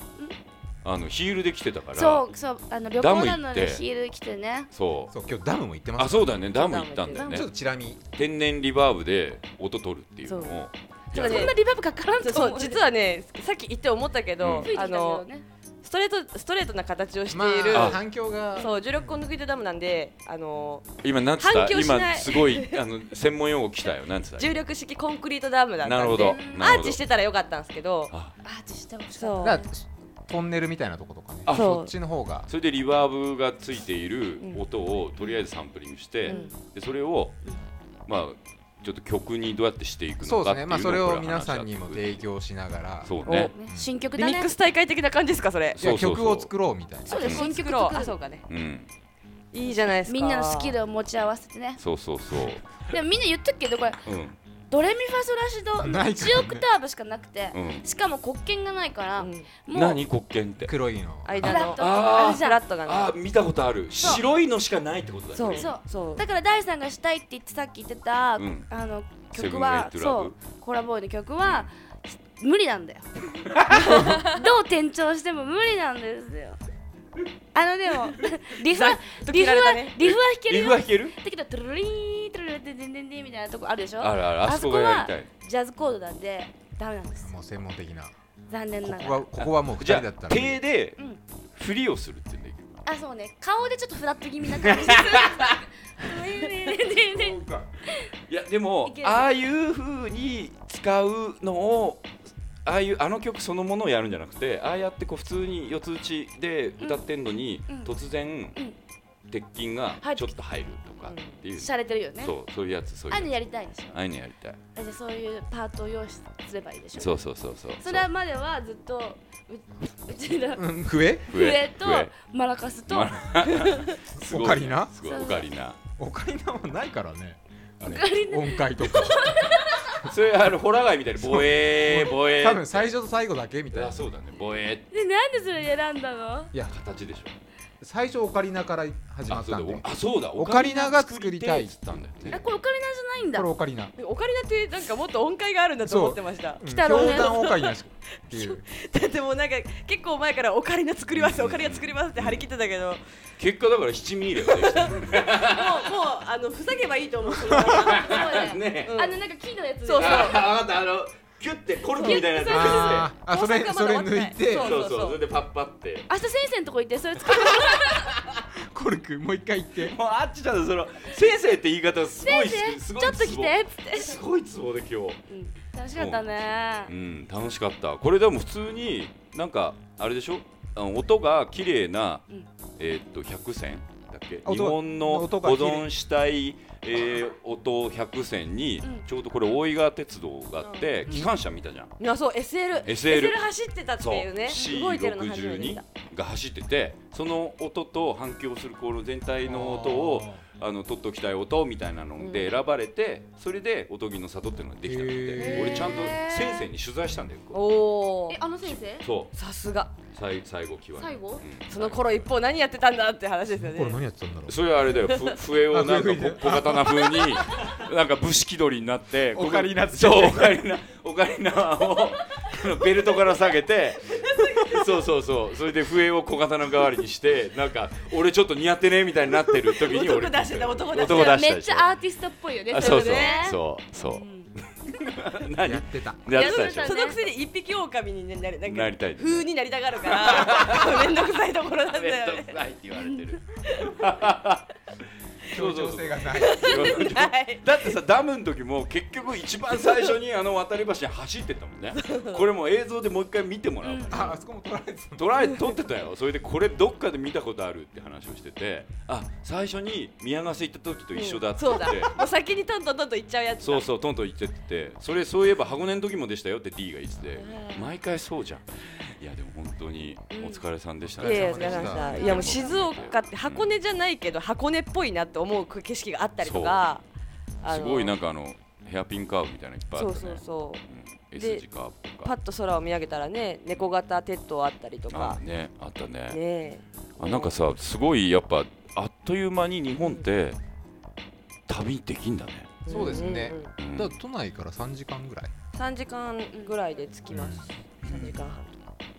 Speaker 2: あのヒールで来てたから
Speaker 4: そうそうあの旅
Speaker 2: ダム
Speaker 4: 行
Speaker 2: 行
Speaker 4: な
Speaker 2: って
Speaker 4: のでヒール着てね
Speaker 2: そう
Speaker 3: そう今日ダムも行ってま
Speaker 2: あ
Speaker 3: す
Speaker 2: そうだよねダム行ったん
Speaker 3: ち
Speaker 2: だよ
Speaker 3: ょっ
Speaker 2: ね
Speaker 3: とチラ見
Speaker 2: 天然リバーブで音取るっていうのを
Speaker 5: そう
Speaker 2: や
Speaker 4: そ
Speaker 2: る
Speaker 5: だね
Speaker 4: んなリバーブかからん
Speaker 5: そ
Speaker 4: と
Speaker 5: うそ
Speaker 4: 思
Speaker 5: う
Speaker 4: う
Speaker 5: 実はねさっき言って思ったけ
Speaker 2: う
Speaker 5: ど、
Speaker 2: ん
Speaker 4: 吹いてきた
Speaker 5: あ
Speaker 4: けど
Speaker 5: の
Speaker 4: ね
Speaker 5: ストレートストレートな形をして
Speaker 3: まあ
Speaker 5: いる、
Speaker 2: あ
Speaker 3: 反響が
Speaker 5: そう16コンドクリートダムなんであの
Speaker 2: 今なんつった
Speaker 5: 反響しない
Speaker 2: 今すごいあの専門用語来たよなんつった
Speaker 5: 重力式コンクリートダムだったんで
Speaker 2: なるほどな
Speaker 5: ア
Speaker 2: るほ
Speaker 5: ー
Speaker 2: ど
Speaker 5: チしてたらよかったんですけど
Speaker 2: あ
Speaker 4: アーチしてほしかっ
Speaker 5: そう
Speaker 3: だからトンネルみたいなとことかね
Speaker 2: あ
Speaker 5: そう
Speaker 3: そっちの方が
Speaker 2: それでリバーブがついている音をとりあえずサンプリングして、
Speaker 5: うん
Speaker 2: でそれをまあちょっと曲にどうやってしていく
Speaker 3: そ
Speaker 2: の
Speaker 3: う
Speaker 2: か
Speaker 3: で
Speaker 2: っ
Speaker 3: すね
Speaker 2: ていう
Speaker 3: まあそれ
Speaker 2: のを
Speaker 3: を
Speaker 2: これ
Speaker 3: 皆
Speaker 2: 話し
Speaker 3: さ
Speaker 2: 合
Speaker 3: ん
Speaker 2: って
Speaker 3: に
Speaker 2: いく
Speaker 3: も提供しながら
Speaker 2: そうね
Speaker 4: たね新曲
Speaker 5: リ
Speaker 4: だ
Speaker 5: ミ
Speaker 4: ね
Speaker 5: ックス大会的な感じですかそれ
Speaker 3: いや
Speaker 2: そうそうそう
Speaker 3: 曲を作ろうみたいな
Speaker 4: そうです
Speaker 2: うん
Speaker 4: 新曲
Speaker 5: ろう
Speaker 4: 作
Speaker 5: あ
Speaker 4: る
Speaker 5: そうかね
Speaker 2: うん
Speaker 5: いいじゃないですか
Speaker 4: みんなのスキルを持ち合わせてね
Speaker 2: そうそうそう
Speaker 4: でもみんな言っとくけどこれ
Speaker 2: うん
Speaker 4: ドレミファソラシド
Speaker 3: ないからね
Speaker 4: 1オクターブしかなくて
Speaker 2: うん
Speaker 4: しかも黒鍵がないから
Speaker 5: う
Speaker 4: も
Speaker 5: ん
Speaker 4: う
Speaker 2: 何黒剣って
Speaker 3: 黒いの
Speaker 5: 間
Speaker 4: フ
Speaker 5: の
Speaker 4: ラット
Speaker 2: あー
Speaker 4: あるじゃん
Speaker 5: フラット
Speaker 2: あ
Speaker 5: がね
Speaker 2: ー見たことある
Speaker 4: そう
Speaker 2: 白いのしかないってことだよ
Speaker 5: そう
Speaker 2: ね
Speaker 4: そう
Speaker 5: そう
Speaker 4: だから大さんがしたいって言ってさっき言ってた、
Speaker 2: うん
Speaker 4: あの曲は
Speaker 2: セブンエイトラ
Speaker 4: そ
Speaker 2: ブ
Speaker 4: うコラボーイの曲は、 無理なんだよどう転調しても無理なんですよあのでもリフ
Speaker 5: ざ
Speaker 4: は
Speaker 5: っと
Speaker 4: リフ
Speaker 5: 切られた
Speaker 4: は
Speaker 5: ね
Speaker 4: リフは弾ける
Speaker 2: リ
Speaker 4: よ
Speaker 2: フは弾ける
Speaker 4: だけどトゥルリーントゥルルルンデンデンデンみたいなとこあるでしょ
Speaker 2: あるあるあそこがやりたい
Speaker 4: あそこはジャズコードなんでダメなんです
Speaker 3: もう専門的な
Speaker 4: 残念
Speaker 3: こ
Speaker 4: なが
Speaker 3: こ
Speaker 4: ら
Speaker 3: はここはもう二
Speaker 2: じ
Speaker 3: 人
Speaker 2: ゃ
Speaker 3: だっ
Speaker 2: あ
Speaker 3: たら
Speaker 2: 手で
Speaker 4: うん
Speaker 2: 振りをするっていうのできる
Speaker 4: あそうね顔でちょっとフラット気味な感じ
Speaker 2: いやでも
Speaker 4: いける
Speaker 2: ああいう風に使うのをああいうあの曲そのものをやるんじゃなくてああやってこう普通に四つ打ちで歌ってんのに、
Speaker 4: うん
Speaker 2: 突然、
Speaker 4: うん
Speaker 2: 鉄筋が
Speaker 4: はい
Speaker 2: ちょっと入るとかっていう、
Speaker 4: しゃれてるよね
Speaker 2: そうそういうやつそう
Speaker 4: ああ
Speaker 2: い
Speaker 4: い
Speaker 2: う
Speaker 4: うの
Speaker 2: や
Speaker 4: やりたいんでし
Speaker 2: つ
Speaker 4: ょ
Speaker 2: ああいうのやりたい
Speaker 4: あじゃあそういうパートを用意すればいいでしょ
Speaker 2: そうそうそうそう
Speaker 4: それまではずっとううちら
Speaker 3: うん笛
Speaker 2: そう
Speaker 4: 笛と
Speaker 2: 笛
Speaker 4: マラカスと
Speaker 2: マラすごい
Speaker 3: オカリナ
Speaker 2: すごい
Speaker 4: そう
Speaker 2: オカリナ
Speaker 3: オカリナもないからねあれ
Speaker 4: オカリナ
Speaker 3: 音階とか
Speaker 2: それあのホラガイみたいにボエーボエー
Speaker 3: 多分最初と最後だけみたいな
Speaker 2: あそうだねボエ
Speaker 4: でなんでそれ選んだの
Speaker 3: いや
Speaker 2: ー形でしょ
Speaker 3: 最初オカリナから始ま
Speaker 2: あ
Speaker 3: っ
Speaker 2: そう
Speaker 3: た
Speaker 2: だ
Speaker 3: んで
Speaker 2: お
Speaker 3: こ
Speaker 2: あそうだ
Speaker 3: オカリナが作りたい
Speaker 2: オカリナ作りてえっつったんだよね
Speaker 4: あこれオカリナじゃないんだ
Speaker 3: れオカリナ
Speaker 5: オカリナってなんかもっと音階があるんだと思ってました
Speaker 3: うん
Speaker 4: たろうね
Speaker 3: 氷炭オカリナしかっていう
Speaker 5: だってもうなんか結構前からオカリナ作りますオカリナ作りますって張り切ってたけ どもうもう
Speaker 2: 結果だから七味入れができた
Speaker 5: あのふざけばいいと思うそのまま
Speaker 4: そう ね
Speaker 2: ね
Speaker 5: うん
Speaker 4: あのなんか木のやつで
Speaker 5: そうそう
Speaker 2: ああ分かったあのキュッてコルクみたいなやつ
Speaker 3: あーあそれ
Speaker 5: 大阪
Speaker 3: そ
Speaker 5: ま
Speaker 3: れ
Speaker 5: だ終わってな
Speaker 3: 抜
Speaker 5: い
Speaker 3: いて
Speaker 5: そう
Speaker 2: そうそうそれでパッパって
Speaker 4: 明日先生のとこ行ってそれ作る
Speaker 3: コルクもう一回言って
Speaker 2: もうあっちちゃんのその先生って言い方すごい
Speaker 4: 先
Speaker 2: すごい
Speaker 4: 生ちょっと来てっつって
Speaker 2: すごいツボで今日
Speaker 4: うん楽しかったね
Speaker 2: うん楽しかったこれでも普通になんかあれでしょあの音が綺麗な、
Speaker 4: うん
Speaker 2: えーっと100選だっけ
Speaker 3: 音
Speaker 2: 日本の保
Speaker 3: 音が綺麗
Speaker 2: 存したい、えー音100選に、
Speaker 4: うん
Speaker 2: ちょうどこれ大井川鉄道があって、機関車見たじゃん、
Speaker 5: いやそう SL
Speaker 2: SL
Speaker 5: 走ってたって
Speaker 2: そう
Speaker 5: いうね動いてるの初めて見
Speaker 2: C62
Speaker 5: た
Speaker 2: が走っててその音と反響するこの全体の音をあの取っておきたい音みたいなので選ばれて、それで「おとぎの里」っていうのができたので
Speaker 3: へー
Speaker 2: 俺ちゃんと先生に取材したんだよこ
Speaker 5: おお
Speaker 4: えあの先生
Speaker 2: うそう
Speaker 5: さすが
Speaker 2: さい最後際に
Speaker 4: 最後
Speaker 2: うん
Speaker 5: その頃一方何やってたんだって話ですよ
Speaker 3: これ
Speaker 5: ね
Speaker 3: 何やってたんだろう
Speaker 2: それはあれだよふ笛をなんか
Speaker 3: あ笛吹いて
Speaker 2: 小刀風になんか武士気取りになって
Speaker 3: オカリナつけて
Speaker 2: そうオカリナオカリナを あのベルトから下げてそうそうそうそれで笛を小刀代わりにしてなんか俺ちょっと似合ってねみたいになってる時に俺
Speaker 5: 男出してた男出してた
Speaker 2: 男出してた
Speaker 4: めっ
Speaker 2: でし
Speaker 4: ち
Speaker 2: ょ
Speaker 4: ゃアーティストっぽいよね
Speaker 2: あそう
Speaker 4: れ
Speaker 2: そう
Speaker 4: ね
Speaker 2: そうそう
Speaker 4: うん
Speaker 2: 何や
Speaker 3: やってた
Speaker 2: ってたでしょ
Speaker 5: そのくせに一匹狼にねなりなんか
Speaker 2: なりたいです
Speaker 5: 風になりたがるから めんどくさいところなんだ
Speaker 2: めん
Speaker 5: よ
Speaker 2: ど
Speaker 5: ね
Speaker 2: くさいって言われてるそう
Speaker 3: 協
Speaker 2: そ
Speaker 3: 調
Speaker 2: うそう
Speaker 3: 性がない
Speaker 5: はい
Speaker 2: だってさダムの時も結局一番最初にあの渡り橋に走ってったもんねこれも映像でもう一回見てもらおうかな
Speaker 3: ああそこも取られてた
Speaker 2: 捉え撮ってたよそれでこれどっかで見たことあるって話をしててあ最初に宮ヶ瀬行った時と一緒だって言
Speaker 5: そ
Speaker 2: っ
Speaker 5: う
Speaker 2: て、
Speaker 5: だもう先にトントントンと行っちゃうやつだ
Speaker 2: そうそうトントン行ってってそれそういえば箱根の時もでしたよって D が言ってて毎回そうじゃんいやでも本当にお疲れさんでしたね、
Speaker 5: いやいや
Speaker 3: お疲れ様でした
Speaker 5: いやもう静岡って箱根じゃないけど箱根っぽいなって思う景色があったりとかあ
Speaker 2: す
Speaker 5: の
Speaker 2: ごいなんかあのヘアピンカーブみたいなのいっぱいあ
Speaker 5: そ
Speaker 2: っ
Speaker 5: う
Speaker 2: たね、
Speaker 5: そうそううんで
Speaker 2: S 字カーブと
Speaker 5: うパ
Speaker 2: か
Speaker 5: ッと空を見上げたらね猫型鉄塔あったりと
Speaker 2: あ
Speaker 5: か
Speaker 2: ねあったね
Speaker 5: ね
Speaker 2: あなんかさすごいやっぱあっという間に日本って旅できんだね、
Speaker 3: そうですね
Speaker 5: んんうん
Speaker 2: うん
Speaker 3: だから都内から3時間ぐらい
Speaker 5: 3時間ぐらいで着きます3時間半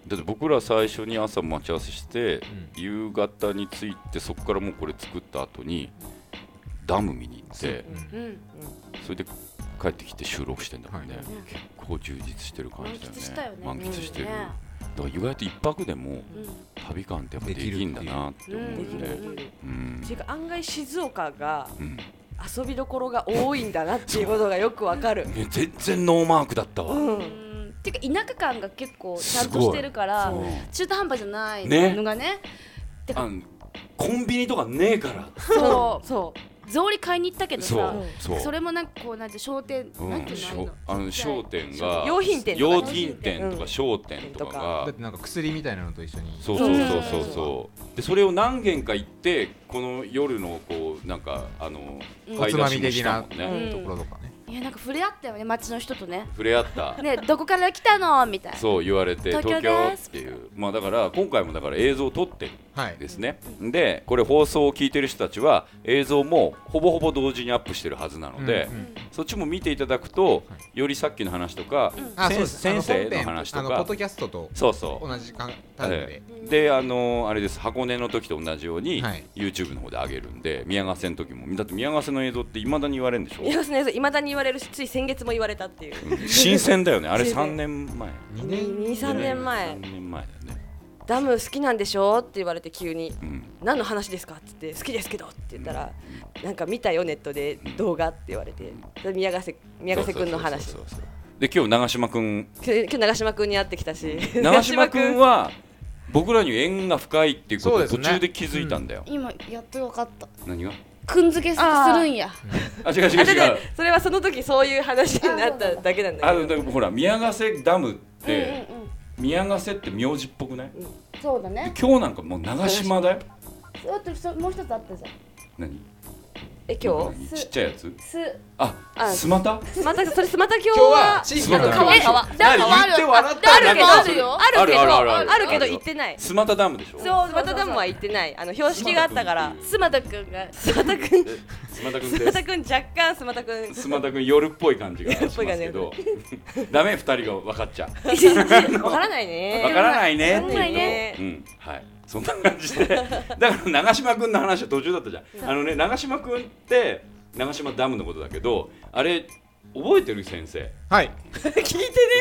Speaker 2: だって僕ら最初に朝待ち合わせして、
Speaker 3: ん
Speaker 2: 夕方に着いてそこからもうこれ作った後にダム見に行って
Speaker 3: うん
Speaker 4: うん
Speaker 2: それで帰ってきて収録してんだもんね、
Speaker 3: はい
Speaker 2: 結構充実してる感
Speaker 4: 満
Speaker 2: じだよね
Speaker 4: 喫したよね
Speaker 2: 満喫してる、
Speaker 4: うん
Speaker 2: だから意外と一泊でも
Speaker 4: うん
Speaker 2: 旅感ってやっぱできんだなって思う
Speaker 4: うん
Speaker 2: よね
Speaker 4: うん
Speaker 2: うん
Speaker 5: ていうか案外静岡が
Speaker 2: うん
Speaker 5: 遊びどころが多いんだなっていうことがよくわか る
Speaker 2: ね全然ノーマークだったわ、
Speaker 5: うん
Speaker 4: うんていうか田舎感が結構ちゃんとしてるから
Speaker 2: すごい
Speaker 4: 中途半端じゃない
Speaker 2: ね
Speaker 4: のがねて
Speaker 2: あ
Speaker 4: か
Speaker 2: のコンビニとかねえから
Speaker 4: そ
Speaker 5: そ
Speaker 4: うん草履買いに行ったけど
Speaker 2: そ
Speaker 4: さ
Speaker 2: うそう
Speaker 4: それもなんかこうなんて商店
Speaker 2: う
Speaker 4: なん
Speaker 2: ん
Speaker 4: ていう
Speaker 2: し
Speaker 4: のああいう
Speaker 2: ょ
Speaker 4: の
Speaker 2: あの商店が
Speaker 5: 用品店とか
Speaker 2: 用
Speaker 5: ね
Speaker 2: 品店と
Speaker 5: う
Speaker 2: か
Speaker 5: ん
Speaker 2: 商店とか
Speaker 3: だ
Speaker 2: が
Speaker 3: ってなんか薬みたいなのと一緒に
Speaker 2: そうそうそう
Speaker 4: そ
Speaker 2: そううそうでそれを何軒か行ってこの夜のこうなんかあの
Speaker 4: うん
Speaker 2: 買い出しもしたもん
Speaker 4: おつまみ的な
Speaker 2: ね
Speaker 4: うん
Speaker 3: ところとかね
Speaker 4: いやなんか触れ合ったよね街の人とね
Speaker 2: 触れ合った
Speaker 4: ねどこから来たのみたいな
Speaker 2: そう言われて
Speaker 4: 東京
Speaker 2: 東京
Speaker 4: で
Speaker 2: っ
Speaker 4: す
Speaker 2: ていうまあだから今回もだから映像を撮ってる
Speaker 3: はい
Speaker 2: ですねでこれ放送を聞いてる人たちは映像もほぼほぼ同時にアップしてるはずなので、
Speaker 3: うんうん
Speaker 2: そっちも見ていただくとよりさっきの話とか、
Speaker 3: あそうで
Speaker 2: 先
Speaker 3: すあの
Speaker 2: 先生
Speaker 3: 本編
Speaker 2: の話と
Speaker 3: あのポ
Speaker 2: か
Speaker 3: ッドキャストと
Speaker 2: そうそう
Speaker 3: 同じ感タイムで
Speaker 2: え、えであのーあれです箱根の時と同じように、
Speaker 3: はい
Speaker 2: YouTube の方で上げるんで宮ヶ瀬の時もだって宮ヶ瀬の映像っていまだに言われるんでしょ
Speaker 5: 宮、瀬の映像いまだに言われるしつい先月も言われたっていう
Speaker 2: うん新鮮だよねあれ
Speaker 5: 新鮮
Speaker 2: 3年前
Speaker 3: 二
Speaker 5: 23年前
Speaker 2: 3年前だよね、
Speaker 5: 「ダム好きなんでしょ?」って言われて急に
Speaker 2: うん、
Speaker 5: 「何の話ですか?」って言って「好きですけど」って言ったら「なんか見たよネットで動画」って言われてで宮ヶ瀬宮ヶ瀬君の話
Speaker 2: そうそうそうそうで今日長嶋君
Speaker 5: 今日今日長嶋君に会ってきたし
Speaker 2: 長嶋君
Speaker 5: は
Speaker 2: は僕らに縁が深いっていうこと
Speaker 3: そう
Speaker 2: を
Speaker 3: です
Speaker 2: 途
Speaker 3: ね
Speaker 2: 中で気づいたんだよ、
Speaker 4: 今やっと分かった
Speaker 2: 何が
Speaker 4: くんづけするんや
Speaker 2: あ違う違う違う
Speaker 5: それはその時そういう話になっただけなんだ
Speaker 2: あ
Speaker 5: け
Speaker 2: の
Speaker 5: ど
Speaker 2: だからほら宮ヶ瀬ダムって、
Speaker 4: うんうん
Speaker 2: 宮ヶ瀬って名字っぽくない、
Speaker 4: そうだね
Speaker 2: 今日なんかもう長嶋だよ
Speaker 4: あとそもう一つあったじゃん
Speaker 2: 何
Speaker 5: え今
Speaker 2: 何ちっちゃいやつ
Speaker 4: す
Speaker 2: あ
Speaker 5: あ
Speaker 2: スマタ
Speaker 5: 日またそれスマタ教
Speaker 3: 今日は
Speaker 5: は
Speaker 3: 地域の
Speaker 2: そう
Speaker 3: 中
Speaker 2: か
Speaker 3: で
Speaker 2: え
Speaker 4: えダムはある
Speaker 3: 言って笑っ
Speaker 4: あ
Speaker 3: た
Speaker 4: る
Speaker 3: ら
Speaker 4: けど
Speaker 2: なん
Speaker 4: あ
Speaker 2: か
Speaker 4: るよ
Speaker 5: あるけど
Speaker 2: あるあるある
Speaker 5: あるけど行ってない
Speaker 2: スマタダムでしょ
Speaker 5: そうスマタダムは行ってないあの標識があったから
Speaker 4: 須磨田くんが
Speaker 5: スマタ君
Speaker 2: スマタ君
Speaker 5: ス
Speaker 2: で
Speaker 5: マ
Speaker 2: す
Speaker 5: タ君若干スマタ君
Speaker 2: スマタ君夜っぽい感じがしますけど ダメ二人が分かっちゃう
Speaker 5: わからないね
Speaker 2: 分からないねって
Speaker 4: わからない
Speaker 2: い
Speaker 5: ね
Speaker 2: うとうんはいそんな感じでだから長嶋君の話は途中だったじゃんあのね長嶋君って長嶋ダムのことだけどあれ覚えてる先生
Speaker 3: はい
Speaker 5: 聞いて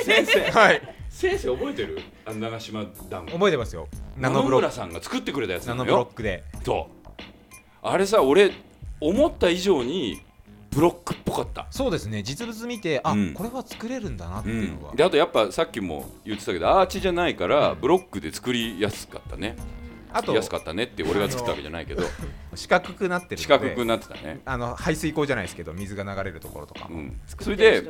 Speaker 5: ね
Speaker 2: 先生
Speaker 3: はい
Speaker 2: 先生覚えてるあの長嶋ダム
Speaker 3: 覚えてますよナ
Speaker 2: 野
Speaker 3: ノ
Speaker 2: 々
Speaker 3: ブロ
Speaker 2: 村
Speaker 3: ッ
Speaker 2: さんが作ってくれたやつ
Speaker 3: ク
Speaker 2: な
Speaker 3: ナ
Speaker 2: の
Speaker 3: ノブロ
Speaker 2: よ
Speaker 3: ックで
Speaker 2: そうあれさ俺思った以上にブロックっぽかった
Speaker 3: そうですね実物見てあ、
Speaker 2: うん
Speaker 3: これは作れるんだなって
Speaker 2: う
Speaker 3: いうの
Speaker 2: ん
Speaker 3: が、、
Speaker 2: であとやっぱさっきも言ってたけどアーチじゃないからブロックで作りやすかったね
Speaker 3: あと
Speaker 2: 安かったねって俺が作ったわけじゃないけど
Speaker 3: 四角くなってるので
Speaker 2: 四角くなってたね、
Speaker 3: あの排水溝じゃないですけど水が流れるところとか、
Speaker 2: うん、それで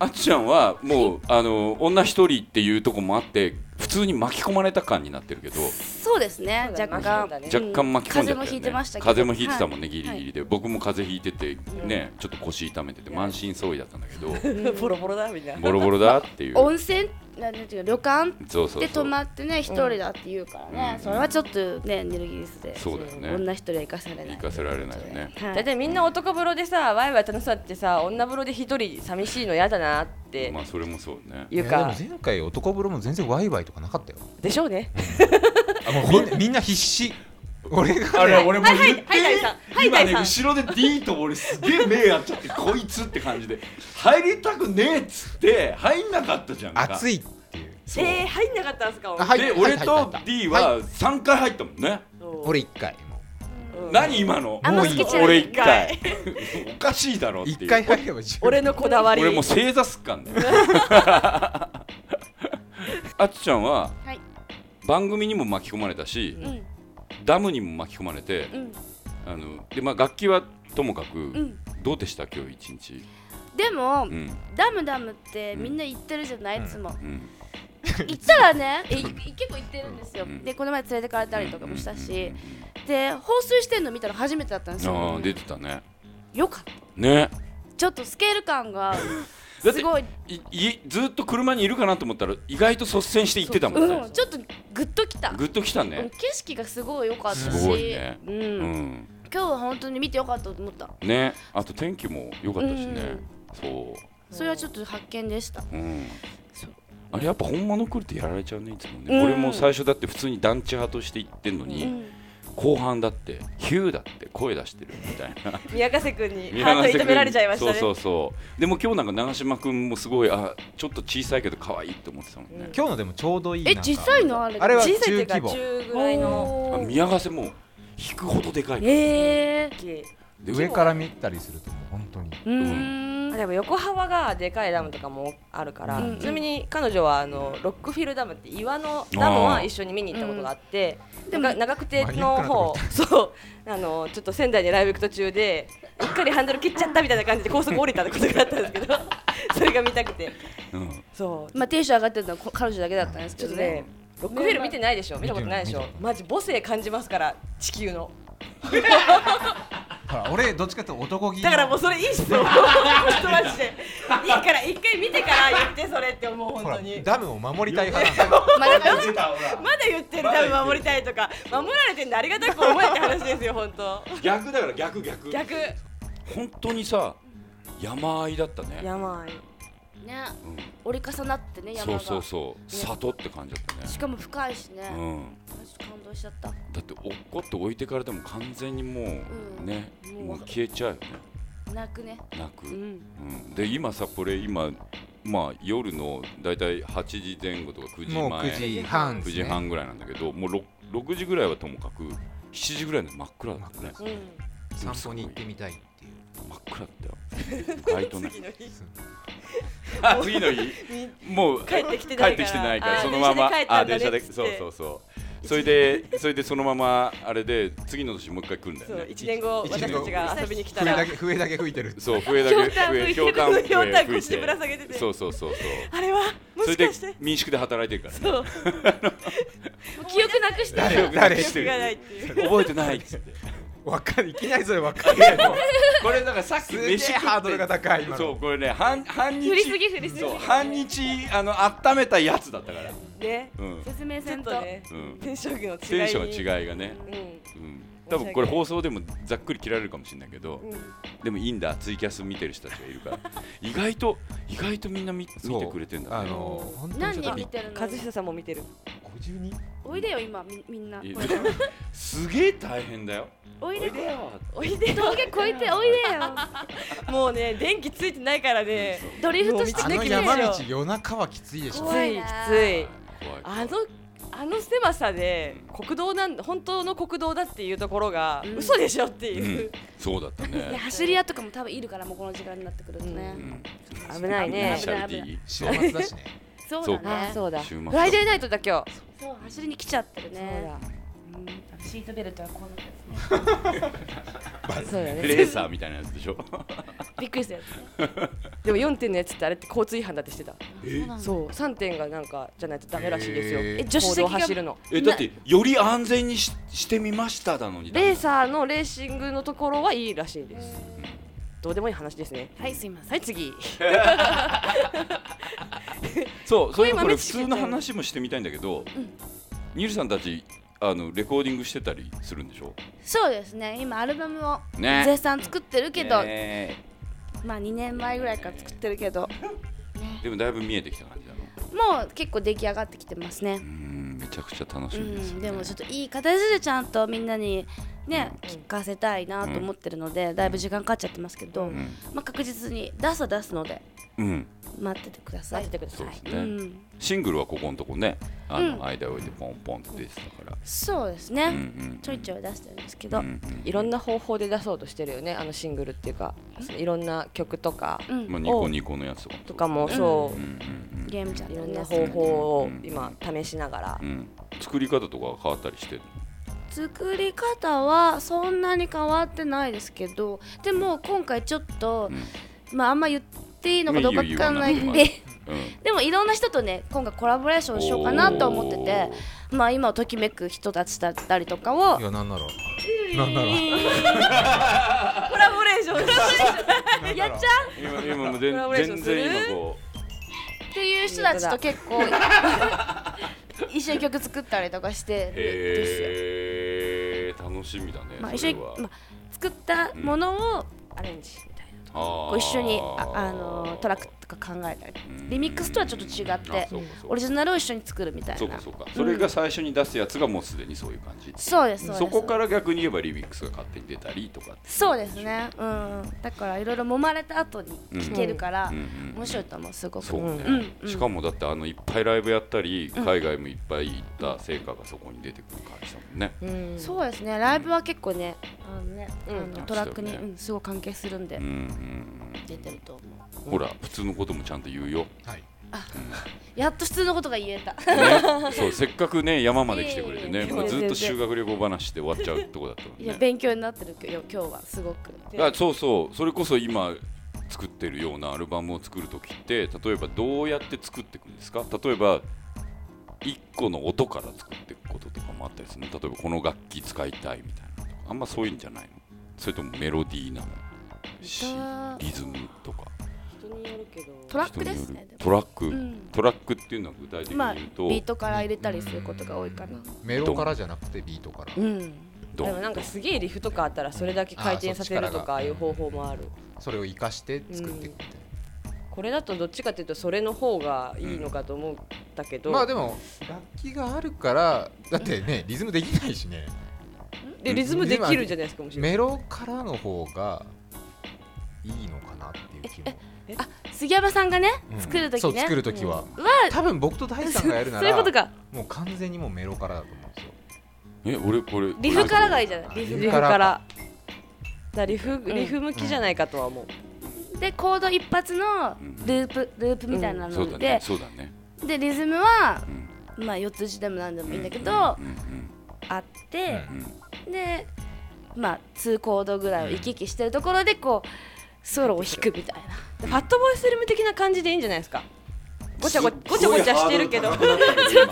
Speaker 2: あっちゃんはもうあの女一人っていうとこもあって普通に巻き込まれた感になってるけど
Speaker 4: そうですね
Speaker 5: そうだね
Speaker 4: 若
Speaker 5: そう
Speaker 4: 干
Speaker 5: だね
Speaker 2: 若干巻き込んじゃったよね、
Speaker 4: 風もひいてましたけど
Speaker 2: 風もひいてたもんね、
Speaker 4: はい
Speaker 2: ギリギリで、僕も風邪ひいててねちょっと腰痛めてて満身創痍だったんだけど
Speaker 5: ボロボロだみんな
Speaker 2: ボロボロだっていう
Speaker 4: 温泉なんていうか旅館
Speaker 2: そうそう
Speaker 4: で
Speaker 2: そ
Speaker 4: 泊
Speaker 2: う
Speaker 4: まってね一人だって言うからね、
Speaker 2: うん
Speaker 4: それはちょっとねエネルギーですで
Speaker 2: そうだよね
Speaker 4: 女一人は生かされない
Speaker 2: 行かせられないよ ね
Speaker 4: はい
Speaker 5: 大体みんな男風呂でさワイワイ楽しさってさ女風呂で一人寂しいの嫌だなって
Speaker 2: まあそれもそうね
Speaker 5: いう
Speaker 3: や
Speaker 5: か
Speaker 3: でも前回男風呂も全然ワイワイとかなかったよ
Speaker 5: でしょうね
Speaker 3: みんなみんな必死俺が、ね、
Speaker 2: あれ俺もう言っ
Speaker 5: はいはいはい
Speaker 2: て
Speaker 5: はい
Speaker 2: 今ね
Speaker 5: はい
Speaker 2: 後ろで D と俺すげえ目合っちゃってこいつって感じで入りたくねえっつって入んなかったじゃんか
Speaker 3: 暑いっていう
Speaker 2: そう
Speaker 5: えー、入んなかったんですか
Speaker 3: あはいは
Speaker 2: で
Speaker 3: い
Speaker 2: 俺
Speaker 3: はいはい
Speaker 2: と
Speaker 3: はい
Speaker 2: D は3回入ったもんね
Speaker 3: 俺一回も
Speaker 2: 何今の
Speaker 4: あんま好きじゃない
Speaker 2: 俺1回おかしいだろっ
Speaker 3: う
Speaker 2: てい
Speaker 3: 一
Speaker 2: う
Speaker 3: 回入れば十分
Speaker 5: 俺のこだわり
Speaker 2: 俺もう正座すっかんだよあっちゃんは
Speaker 4: はい
Speaker 2: 番組にも巻き込まれたし、
Speaker 4: うん
Speaker 2: ダムにも巻き込まれて、
Speaker 4: うん
Speaker 2: あのでまあ、楽器はともかく、
Speaker 4: ん
Speaker 2: どうでした今日一日、
Speaker 4: でも、
Speaker 2: うん
Speaker 4: ダムダムってみんな行ってるじゃない、いつも
Speaker 2: うん
Speaker 4: 行ったらねえい結構行ってるんですよ、
Speaker 2: うん
Speaker 4: でこの前連れてかれたりとかもしたし、で放水してんの見たの初めてだったんです
Speaker 2: あ
Speaker 4: よ
Speaker 2: ー出てたね
Speaker 4: よかった
Speaker 2: ね
Speaker 4: ちょっとスケール感が
Speaker 2: だっ
Speaker 4: す
Speaker 2: て
Speaker 4: ごい
Speaker 2: いいずっと車にいるかなと思ったら意外と率先して行ってたもんね
Speaker 4: うん、ちょっとグッときた、
Speaker 2: グッときた
Speaker 4: うん
Speaker 2: ね
Speaker 4: 景色がすごい良かったし
Speaker 2: すごいね
Speaker 4: うん
Speaker 2: うん、
Speaker 4: 今日は本当に見て良かったと思った
Speaker 2: ねあと天気も良かったしね、そ
Speaker 4: それはちょっと発見でした
Speaker 2: ううん
Speaker 4: そう
Speaker 2: あれやっぱ本物来るとやられちゃうねいつもね、
Speaker 4: うん
Speaker 2: 俺も最初だって普通に団地派として行ってんのに、
Speaker 4: うん
Speaker 2: 後半だってヒューだって声出してるみたい な
Speaker 5: 宮ヶ瀬君に
Speaker 2: 宮ヶ
Speaker 5: ハート
Speaker 2: 瀬君
Speaker 5: 痛められちゃいましたね
Speaker 2: そうそうそうでも今日なんか長嶋君もすごいあちょっと小さいけど可愛いって思ってたもんね、
Speaker 3: 今日のでもちょうどいい
Speaker 4: え
Speaker 3: なんか
Speaker 4: 実際のあれ
Speaker 3: あれは
Speaker 5: 小さい時
Speaker 3: 中規
Speaker 5: が
Speaker 3: 模
Speaker 5: 中ぐらいの
Speaker 2: あ宮ヶ瀬もう引くほどでかい、
Speaker 4: へえ
Speaker 2: で
Speaker 3: 上から見たりするともう本当に
Speaker 4: うー
Speaker 5: あ
Speaker 4: ん
Speaker 5: でも横幅がでかいダムとかもあるから、
Speaker 4: うん
Speaker 5: ちなみに彼女はあのロックフィルダムって岩のダムは一緒に見に行ったことがあって、
Speaker 4: うん
Speaker 5: なんか長久手の方そうあのちょっと仙台でライブ行く途中でうっかりハンドル切っちゃったみたいな感じで高速降りたことがあったんですけど それが見たくて
Speaker 2: うん、
Speaker 5: そう
Speaker 4: まあテンション上がってたのはこ彼女だけだったんです
Speaker 5: ち
Speaker 4: け
Speaker 5: ょっ
Speaker 4: ど
Speaker 5: と
Speaker 4: ね
Speaker 5: ね、ロックフェル見てないでしょ、見たことないでしょ
Speaker 3: 見て、
Speaker 5: マジ母性感じますから、地球の。
Speaker 3: ほら俺どっちかっていうと男気
Speaker 5: だからもうそれいい質問本当 マジでいいから一回見てから言ってそれって思う本
Speaker 3: ほ
Speaker 5: 当
Speaker 3: ら
Speaker 5: に
Speaker 3: ダムを守りたい派なんだよ
Speaker 4: まあだから
Speaker 5: まだ言ってる多分守りたいとか守られてんのありがたく思えって話ですよ本当
Speaker 2: 逆だから逆逆
Speaker 5: 逆
Speaker 2: 本当にさ山あいだったね、
Speaker 5: 山あい
Speaker 4: ね
Speaker 2: うん
Speaker 4: 折り重なってね山
Speaker 2: そう
Speaker 4: が
Speaker 2: そうそう里って感じだった
Speaker 4: し
Speaker 2: ね
Speaker 4: かも深いしね、
Speaker 2: うん
Speaker 4: ちょっと感動しちゃった
Speaker 2: だって落っこって置いてからでも完全にもうね、
Speaker 4: うん
Speaker 2: もう消えちゃうよね
Speaker 4: 泣くね
Speaker 2: 泣く、
Speaker 5: うん
Speaker 2: うんで今さこれ今まあ夜のだいたい8時前後とか9時前
Speaker 3: もう9時半です
Speaker 2: 9
Speaker 3: ね
Speaker 2: 時半ぐらいなんだけどもう 6, 6時ぐらいはともかく7時ぐらいの真っ暗だったね
Speaker 5: うん
Speaker 3: 散歩に行ってみたいっていう
Speaker 2: 真っ暗 だったよバイトね
Speaker 5: 次の日
Speaker 2: あ 次の日もう
Speaker 5: 帰ってきてないから
Speaker 2: 帰ってきてないから
Speaker 5: あー
Speaker 2: そのまま
Speaker 5: 電車
Speaker 2: で
Speaker 5: で帰ったんだねっつって
Speaker 2: そうそうそうそれでそれでそのままあれで次の年もう一回来るんだ
Speaker 5: そ
Speaker 2: よ
Speaker 5: う
Speaker 2: ね
Speaker 5: 一年後
Speaker 3: 一年
Speaker 5: 私
Speaker 3: 後
Speaker 5: たちが遊びに来た
Speaker 3: 笛
Speaker 5: ら
Speaker 3: だけ笛だけ吹いてる
Speaker 2: そう笛だ
Speaker 5: ひょ
Speaker 2: け
Speaker 5: うたん吹いてるひょうたん腰にぶら下げてて
Speaker 2: そうそうそうそう
Speaker 5: あれはも
Speaker 2: それ
Speaker 5: し
Speaker 2: で
Speaker 5: かして
Speaker 2: 民宿で働いてるからね
Speaker 5: そう
Speaker 4: 記憶なくして
Speaker 3: 誰 誰
Speaker 5: 記憶がないっていう
Speaker 2: 覚えてないっつって
Speaker 3: わかるいきなりそれわかるや ろ
Speaker 2: これなんかさっき
Speaker 3: すげえ
Speaker 2: 飯食って
Speaker 3: ハードルが高い今の
Speaker 2: そうこれね半半日
Speaker 4: 振りすぎ振りすぎ
Speaker 2: そう半日あの温めたやつだったから
Speaker 5: ね
Speaker 2: うん
Speaker 4: 説明
Speaker 5: ち
Speaker 4: せ
Speaker 5: ょっ
Speaker 4: ん
Speaker 5: と
Speaker 4: と
Speaker 5: ね
Speaker 2: うん
Speaker 5: テンションの違いに
Speaker 2: テンションの違いがね
Speaker 5: うん
Speaker 2: うん多分これ放送でもざっくり切られるかもしれないけど
Speaker 5: うん
Speaker 2: でもいいんだツイキャス見てる人たちがいるから 意外と意外とみんな見見てくれてんだ
Speaker 3: あ
Speaker 2: ね
Speaker 3: の本当に
Speaker 4: 何
Speaker 3: ちょ
Speaker 4: 人
Speaker 3: っ
Speaker 4: 見てる
Speaker 5: 和
Speaker 4: の
Speaker 5: 久さんも見てる
Speaker 3: と52
Speaker 4: おいでよ今みみんない
Speaker 2: やすげえ大変だよ
Speaker 4: おい
Speaker 2: お
Speaker 4: で
Speaker 2: いでよ
Speaker 5: おいで
Speaker 4: 峠越えておいでよ
Speaker 5: もうね電気ついてないからね
Speaker 4: ドリフトして
Speaker 3: あ
Speaker 4: きて
Speaker 3: の
Speaker 4: る
Speaker 3: 山道夜中はきついでしょ
Speaker 5: きつ
Speaker 4: 怖い
Speaker 5: いき
Speaker 4: な
Speaker 5: つい
Speaker 2: 怖い
Speaker 5: あのあの狭さで国道なん本当の国道だっていうところが、
Speaker 4: うん
Speaker 5: 嘘でしょって
Speaker 2: う
Speaker 5: い
Speaker 2: ん
Speaker 5: う、
Speaker 2: そうだった
Speaker 4: で
Speaker 2: ね
Speaker 4: 走り屋とかも多分いるからもうこの時間になってくるとね、
Speaker 2: うん
Speaker 5: 危ない
Speaker 2: イニ
Speaker 5: ね
Speaker 2: シャル D
Speaker 3: 週末だしね
Speaker 4: そう
Speaker 2: そう
Speaker 4: だね
Speaker 5: あそうだ
Speaker 2: 週末
Speaker 5: フライデーナイトだ今日
Speaker 4: そう走りに来ちゃってる
Speaker 5: そう
Speaker 4: ね
Speaker 5: だ
Speaker 4: シートベルトはこうなってる
Speaker 5: そうだね
Speaker 2: レーサーみたいなやつで しょ
Speaker 4: びっくりしたやつね
Speaker 5: でも4点のやつってあれって交通違反だってしてた
Speaker 2: え
Speaker 5: そう3点がなんかじゃないとダメらしいですよ
Speaker 3: へー
Speaker 5: え女子席が走るの
Speaker 2: えだってより安全にししてみましたなのに
Speaker 5: レーサーのレーシングのところはいいらしいですどうでもいい話ですね
Speaker 4: はいすいません
Speaker 5: はい次
Speaker 2: そうそれ
Speaker 5: こ
Speaker 2: こ
Speaker 5: う
Speaker 2: れ
Speaker 5: いう豆
Speaker 2: 普
Speaker 5: 知識
Speaker 2: 通の話もしてみたいんだけど、ニルさんたちあのレコーディングしてたりするんでしょ
Speaker 4: そうですね今アルバムを
Speaker 2: ね
Speaker 4: 絶賛作ってるけど、
Speaker 2: ね
Speaker 4: まあ2年前ぐらいから作ってるけど
Speaker 2: えでもだいぶ見えてきた感じだの
Speaker 4: もう結構出来上がってきてますね
Speaker 2: うーんめちゃくちゃ楽し
Speaker 4: う
Speaker 2: みです、
Speaker 4: ん、
Speaker 2: ね
Speaker 4: でもちょっといい形でちゃんとみんなにね、聞かせたいなと思ってるので、だいぶ時間かかっちゃってますけど、
Speaker 2: うん、
Speaker 4: まあ、確実に出すは出すので
Speaker 2: うん、
Speaker 4: 待っててください。
Speaker 5: 待っててくだ
Speaker 2: さいそうですね
Speaker 4: うん、
Speaker 2: シングルはここのとこねあの、
Speaker 4: うん
Speaker 2: 間を置いてポンポンって出てたから、
Speaker 4: そうです
Speaker 2: うんう
Speaker 4: ね、
Speaker 2: ん、
Speaker 4: ちょいちょい出してるんですけど、
Speaker 2: う
Speaker 4: うんん
Speaker 5: いろんな方法で出そうとしてるよねあのシングルっていうかそのいろんな曲とか
Speaker 2: うんまあ、ニコニコのやつとかも
Speaker 5: とかもそうう、
Speaker 2: んうん
Speaker 4: ゲームちゃん
Speaker 5: い
Speaker 4: と
Speaker 5: ろん
Speaker 4: ね
Speaker 5: な方法を
Speaker 2: うん
Speaker 5: 今試しながら
Speaker 2: う、ん、うん、作り方とかは変わったりしてる
Speaker 4: 作り方はそんなに変わってないですけどでも今回ちょっと、まああんま言っていいのかどうかわかんないん
Speaker 2: まあいいよいいよ
Speaker 4: で でもいろんな人とね今回コラボレーションしようかなと思っててまあ今をときめく人たちだったりとかを
Speaker 3: いやなんならなんなら
Speaker 5: コラボレーション
Speaker 4: やっち
Speaker 3: ゃ
Speaker 4: ゃう
Speaker 2: 今今もう
Speaker 5: コ
Speaker 2: 全
Speaker 5: ラボレーシ
Speaker 2: 全
Speaker 5: ョンする
Speaker 2: 然今こ
Speaker 4: っていう人たちと結構一緒に曲作ったりとかしてるん
Speaker 2: う
Speaker 4: ですよ。
Speaker 2: へえ楽しみだね、
Speaker 4: まあ、
Speaker 2: そ
Speaker 4: 一
Speaker 2: れ
Speaker 4: 緒に、
Speaker 2: は、
Speaker 4: まあ、作ったものをアレンジみたいな、
Speaker 2: あ
Speaker 4: こう一緒にあ
Speaker 2: ー
Speaker 4: あのートラックとか考えたり
Speaker 2: うん
Speaker 4: リミックスとはちょっと違って
Speaker 2: あそうかそうか
Speaker 4: オリジナルを一緒に作るみたいな
Speaker 2: そうかそうかそれが最初に出すやつがもうすでにそういう感じ
Speaker 4: そうですそうです
Speaker 2: そこから逆に言えばリミックスが勝手に出たりとかって
Speaker 4: そうですねうんだからいろいろ揉まれた後に聴けるから、
Speaker 2: うんうん
Speaker 4: 面白いと思うすごく
Speaker 2: そうね、
Speaker 4: うんうん
Speaker 2: しかもだってあのいっぱいライブやったり海外もいっぱい行った成果がそこに出てくる感じだもんね、
Speaker 5: うん
Speaker 4: そうですねライブは結構ねあのね、
Speaker 5: うん
Speaker 4: あのトラックに、
Speaker 2: そうだよ
Speaker 4: うん、すごい関係するんで、
Speaker 2: うんうん
Speaker 4: 出てると思う
Speaker 2: うん、ほら普通のこともちゃんと言う よ、
Speaker 3: はい
Speaker 4: やっと普通のことが言えた
Speaker 2: ね、そうせっかくね山まで来てくれてね
Speaker 4: いえいえ
Speaker 2: もうずっと修学旅行話で終わっちゃうとこだったの
Speaker 4: い
Speaker 2: に
Speaker 4: や
Speaker 2: ね
Speaker 4: 勉強になってるよ今日はすごく
Speaker 2: あそうそうそれこそ今作ってるようなアルバムを作る時って例えばどうやって作っていくんですか例えば一個の音から作っていくこととかもあったりするの例えばこの楽器使いたいみたいなのとかあんまそういうんじゃないのそれともメロディーなのし
Speaker 4: 歌
Speaker 2: リズムとか
Speaker 5: 人によるけど
Speaker 4: トラックです
Speaker 2: 人によ
Speaker 4: ね
Speaker 2: る
Speaker 4: でも
Speaker 2: トラック、
Speaker 4: うん
Speaker 2: トラックっていうのは具体的に
Speaker 4: まあ
Speaker 2: 言うと、
Speaker 4: ビートから入れたりすることが多いかな
Speaker 3: メロからじゃなくてビートから
Speaker 5: うんで
Speaker 2: ドン
Speaker 5: もなんかすげえリフとかあったらそれだけ回転させるとかいう方法もある
Speaker 3: それを生かして作っていくみたい
Speaker 5: これだとどっちかっていうとそれの方がいいのかと思ったけど、
Speaker 3: なまあでも楽器があるからだってねリズムできないしね
Speaker 5: でリズムできるんじゃないですかもしれない
Speaker 3: メロからの方がいいのかなっていう気も
Speaker 4: 杉山さんがね
Speaker 3: うん
Speaker 4: 作る時
Speaker 3: そう
Speaker 4: ね
Speaker 3: 作る時は
Speaker 4: は
Speaker 3: 多分僕と大地さんがやるなら
Speaker 4: そういうことか
Speaker 3: もう完全にもうメロからだと思うんですよ
Speaker 2: え俺これ
Speaker 4: リフからがいいじゃ
Speaker 3: あ
Speaker 4: ない
Speaker 5: リ
Speaker 3: リ
Speaker 5: フ
Speaker 3: フ
Speaker 5: リフか
Speaker 3: からら
Speaker 5: だリフリフ向きじゃないかとは思う、
Speaker 4: でコード一発の
Speaker 2: うん
Speaker 4: ループループみたいな
Speaker 2: そう
Speaker 4: の
Speaker 2: だね
Speaker 4: で
Speaker 2: そうだね
Speaker 4: でリズムは
Speaker 2: うん
Speaker 4: まあ4つ字でも何でもいいんだけど
Speaker 2: うん
Speaker 4: あ
Speaker 2: うん
Speaker 4: って
Speaker 2: うん
Speaker 4: でまあ2コードぐらいを行き来してるところでこうソロを弾くみたいな
Speaker 5: でファットボーイスリム的な感じでいいんじゃないですかごちゃごちゃ
Speaker 2: すっご
Speaker 5: ご
Speaker 2: い
Speaker 5: ちゃごちゃしてるけど
Speaker 2: ハ
Speaker 5: ご
Speaker 2: ードル高くなってる今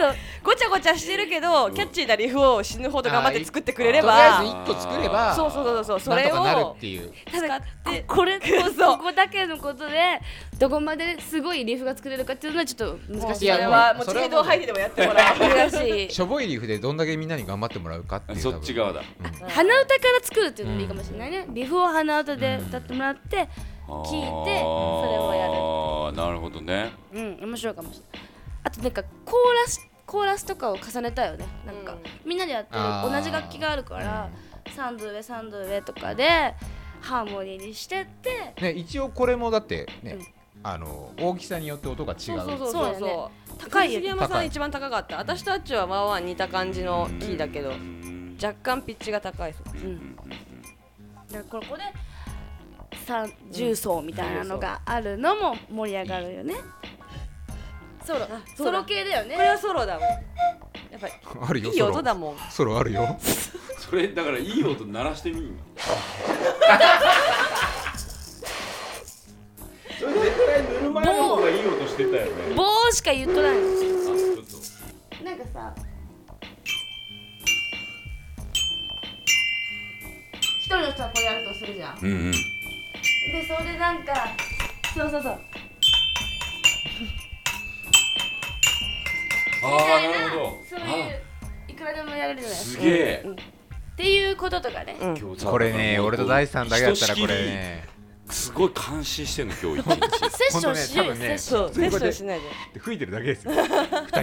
Speaker 5: ちゃごちゃしてるけどキャッチーなリフを死ぬほど頑張って作ってくれれ
Speaker 3: あーとり
Speaker 5: ば
Speaker 3: あえず一個作れば
Speaker 5: そうそうそうそうそ
Speaker 3: なん
Speaker 5: れ
Speaker 3: とかなる
Speaker 5: を
Speaker 3: っていう
Speaker 5: 使って
Speaker 4: こ れこ
Speaker 5: そう
Speaker 4: ここだけのことでどこまですごいリーフが作れるかっていうのはちょっと難しい
Speaker 5: そ
Speaker 3: や
Speaker 5: れ
Speaker 3: もう
Speaker 5: はもう
Speaker 3: そ
Speaker 5: 地
Speaker 3: れは
Speaker 5: 平道吐いてでもやっても らう
Speaker 4: 難しい
Speaker 3: しょぼいリーフでどんだけみんなに頑張ってもらうかっていう
Speaker 2: そっち側だ
Speaker 3: 多分うん
Speaker 4: 鼻歌から作るっていうのもいいかもしれないね、リフを鼻歌で歌ってもらって聞いてそれをやる
Speaker 2: あーなるほどね
Speaker 4: うん面白いかもしれないあとなんかコーラスコーラスとかを重ねたよねなんか、みんなでやってる
Speaker 3: あー
Speaker 4: 同じ楽器があるから、3度上3度上とかでハーモニーにしてって
Speaker 3: ね一応これもだってね
Speaker 4: うん
Speaker 3: あの大きさによって音が違
Speaker 5: そうそう
Speaker 3: う
Speaker 5: そうそう
Speaker 4: そうだよ
Speaker 5: そう
Speaker 4: 高いよ
Speaker 5: 杉山さ
Speaker 3: 高
Speaker 5: ん
Speaker 3: い
Speaker 5: 一番高かった私とあっちはワンワン似た感じのキーだけど
Speaker 2: うん
Speaker 5: 若干ピッチが高いそう
Speaker 2: うんうん
Speaker 4: だからここで三重奏みたいなのがあるのも盛り上がるよね、ソロ
Speaker 5: そうだ
Speaker 4: ソロ系だよね
Speaker 5: これはソロだもんやっぱり
Speaker 3: あるよ
Speaker 5: いい
Speaker 3: ソロ
Speaker 5: 音だもん
Speaker 3: ソロあるよ
Speaker 2: それだからいい音鳴らしてみ 今それ絶対ぬるま湯の方がいい音してたよね
Speaker 4: 棒しか言っとない
Speaker 2: あちょっと
Speaker 4: なんかさ一人の人はこれやるとするじゃんで
Speaker 2: うんうん
Speaker 4: それでなんかそうそうそう
Speaker 2: あ
Speaker 4: み
Speaker 2: あ
Speaker 4: たい
Speaker 2: なる
Speaker 4: な
Speaker 2: ほど
Speaker 4: そう
Speaker 2: あ
Speaker 4: いういくらでもやれるじゃない
Speaker 2: すげえ
Speaker 4: っていうこととかね、
Speaker 5: うん
Speaker 2: 今日さ
Speaker 3: これね俺と大地さんだけだったらこれね
Speaker 2: すごい監視してんの今日一日
Speaker 4: セッションしようよ、
Speaker 3: 本当ね多分ね
Speaker 4: セッション
Speaker 5: そうセッションしないで
Speaker 3: 吹いてるだけですよ二人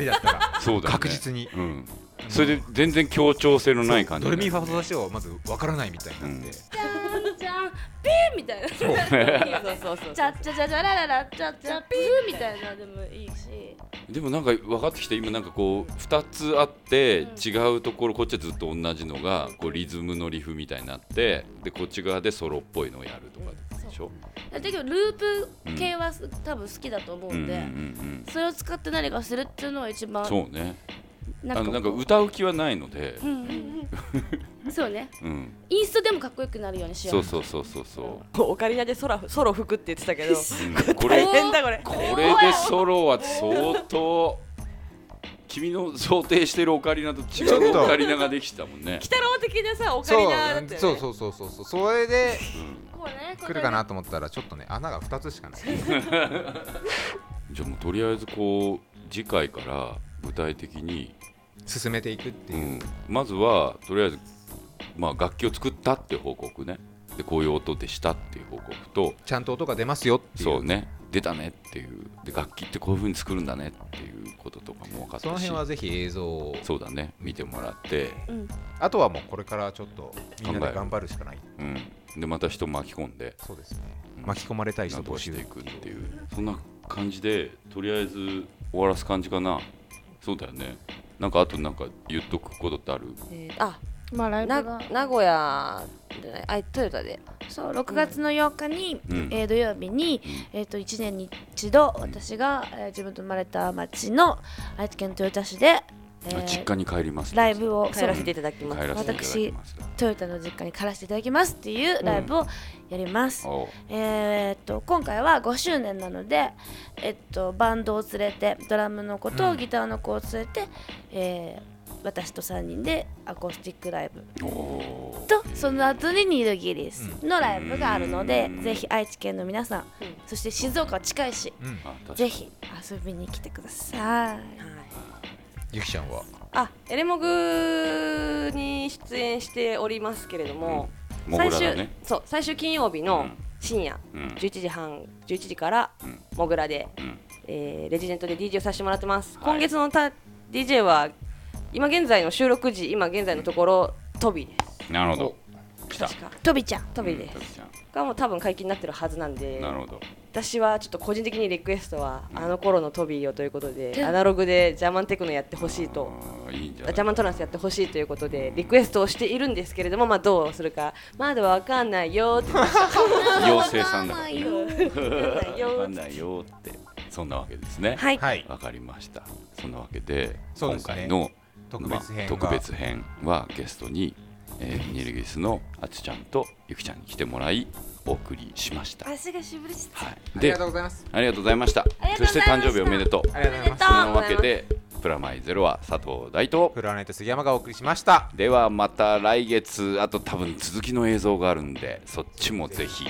Speaker 3: だったら
Speaker 2: そうだね
Speaker 3: 確実に
Speaker 2: うんそれで全然協調性のない感じ
Speaker 3: ドレミ
Speaker 2: フ
Speaker 3: ファソラシドをまずわからないみたいになって
Speaker 4: じゃんじゃんピーみたいなチ
Speaker 5: そうそうそ
Speaker 4: ャ
Speaker 5: う
Speaker 4: ッチャチャチャラララチャッチャピーみたいなでもいいし
Speaker 2: でもなんか分かってきた今なんかこう2つあって違うところこっちはずっと同じのがこうリズムのリフみたいになってでこっち側でソロっぽいのをやるとかでしょ
Speaker 4: だけどループ系はす多分好きだと思う
Speaker 2: うんんうんう
Speaker 4: で、
Speaker 2: ん
Speaker 4: それを使って何かするっていうのは一
Speaker 2: う
Speaker 4: 番
Speaker 2: んそうね
Speaker 4: な
Speaker 2: あのなんか
Speaker 4: こう
Speaker 2: 歌う気はないので
Speaker 4: う、んうん、そうね
Speaker 2: うん、
Speaker 4: インストでもかっこよくなるようにしよ
Speaker 2: そううそうそうそうそ
Speaker 5: オカリナでソラソロ吹くって言ってたけ
Speaker 2: う、
Speaker 5: ど
Speaker 2: うん、これ
Speaker 5: 大変だこれ
Speaker 2: これでソロは相当君の想定してるオカリナと違
Speaker 3: ちょっ
Speaker 2: う
Speaker 3: と
Speaker 2: オカリナができてたもんね。
Speaker 5: 北郎的なさオカ
Speaker 3: そ
Speaker 5: リナだったよね
Speaker 3: うそうそうそうそうそうそれで
Speaker 4: こうねこうね
Speaker 3: 来るかなと思ったらちょっとね穴が二つしかない
Speaker 2: じゃあもうとりあえずこう次回から具体的に、
Speaker 3: 進めていくって
Speaker 2: う、
Speaker 3: いうん
Speaker 2: まずはとりあえず、まあ、楽器を作ったっていう報告ねでこういう音でしたっていう報告と
Speaker 3: ちゃんと音が出ますよっていう
Speaker 2: そうね出たねっていうで楽器ってこういう風に作るんだねっていうこととかも分かったし
Speaker 3: その辺はぜひ映像を
Speaker 2: そうだね見てもらって、
Speaker 3: あとはもうこれからちょっとみんなで頑張るしかない
Speaker 2: うん、でまた人巻き込んで
Speaker 3: そうですね巻き込まれたい人
Speaker 2: なんと
Speaker 3: 募
Speaker 2: かし
Speaker 3: 集
Speaker 2: ていくっていうそんな感じでとりあえず終わらす感じかなそうだよねなんかあとなんか言っとくことってある
Speaker 5: えーあ
Speaker 4: まあライブ
Speaker 5: な
Speaker 4: が
Speaker 5: 名古屋じゃないあトヨタで
Speaker 4: そう6月の8日に、
Speaker 2: うん
Speaker 4: えー土曜日に、えー、と1年に一度私が、えー自分と生まれた町の愛知県豊田市で、えー
Speaker 2: あ実家に帰ります
Speaker 4: ライブを
Speaker 5: 帰らせていただきま
Speaker 2: 帰
Speaker 5: す
Speaker 2: らせていただきます
Speaker 4: トヨタの実家に帰らせていただきますっていうライブをやります、
Speaker 2: おう
Speaker 4: えーっと今回は5周年なので、えっとバンドを連れてドラムの子とギターの子を連れて、えー私と3人でアコースティックライブ
Speaker 2: おー
Speaker 4: とその後にニードギリスのライブがあるので、ぜひ愛知県の皆さんそして静岡は近いし、
Speaker 3: うん
Speaker 2: あ確かに
Speaker 4: ぜひ遊びに来てください
Speaker 3: ゆきちゃんは
Speaker 5: あエレモグに出演しておりますけれども、
Speaker 2: モグ
Speaker 5: 最
Speaker 2: ラ
Speaker 5: 終
Speaker 2: だね
Speaker 5: そう最終金曜日
Speaker 2: う
Speaker 5: の
Speaker 2: ん
Speaker 5: 深夜、
Speaker 2: うん
Speaker 5: 11時半11時から
Speaker 2: ん
Speaker 5: モグラで、
Speaker 2: ん
Speaker 5: えーレジデントで DJ をさせてもらってます、
Speaker 2: はい
Speaker 5: 今月のた DJ は今現在の収録時今現在のところトビです
Speaker 2: なるほど来た
Speaker 5: 確か
Speaker 4: とびちゃん
Speaker 5: トビで
Speaker 2: うん
Speaker 5: す、
Speaker 2: トビちゃん
Speaker 5: がもう多分解禁になってるはずなんで
Speaker 2: なるほど
Speaker 5: 私はちょっと個人的にリクエストは、あの頃のトビーをということで、
Speaker 4: うん
Speaker 5: アナログでジャーマンテクノやってほしいと
Speaker 2: あーいいんじゃない
Speaker 5: ジャーマントランスやってほしいということでリクエストをしているんですけれどもまあどうするかまだわかんないよってわ
Speaker 2: 妖精さんだからね
Speaker 5: かんない
Speaker 2: わ
Speaker 5: よ
Speaker 2: かんないよってそんなわけですね
Speaker 5: はい、
Speaker 3: はい
Speaker 2: わかりましたそんなわけで
Speaker 3: そうで
Speaker 2: 今
Speaker 3: すね
Speaker 2: 回の
Speaker 3: 特別編が
Speaker 2: 特別編はゲストに、えー、ニルギスのあつちゃんとゆきちゃんに来てもらいお送りしました、はい、
Speaker 4: 足がしぶりした
Speaker 3: あり
Speaker 2: で
Speaker 3: がとうございます
Speaker 2: ありがとうございました
Speaker 4: ありが
Speaker 2: そ
Speaker 4: と
Speaker 2: う
Speaker 4: ご
Speaker 2: して
Speaker 4: ざいま
Speaker 2: 誕
Speaker 4: した
Speaker 2: 生日おめでとう
Speaker 3: ありがとうございます
Speaker 4: とう
Speaker 2: そんなわけでプラマイゼロは佐藤大東
Speaker 3: フラネット杉山がお送りしました
Speaker 2: ではまた来月あと多分続きの映像があるんでそっちもぜひ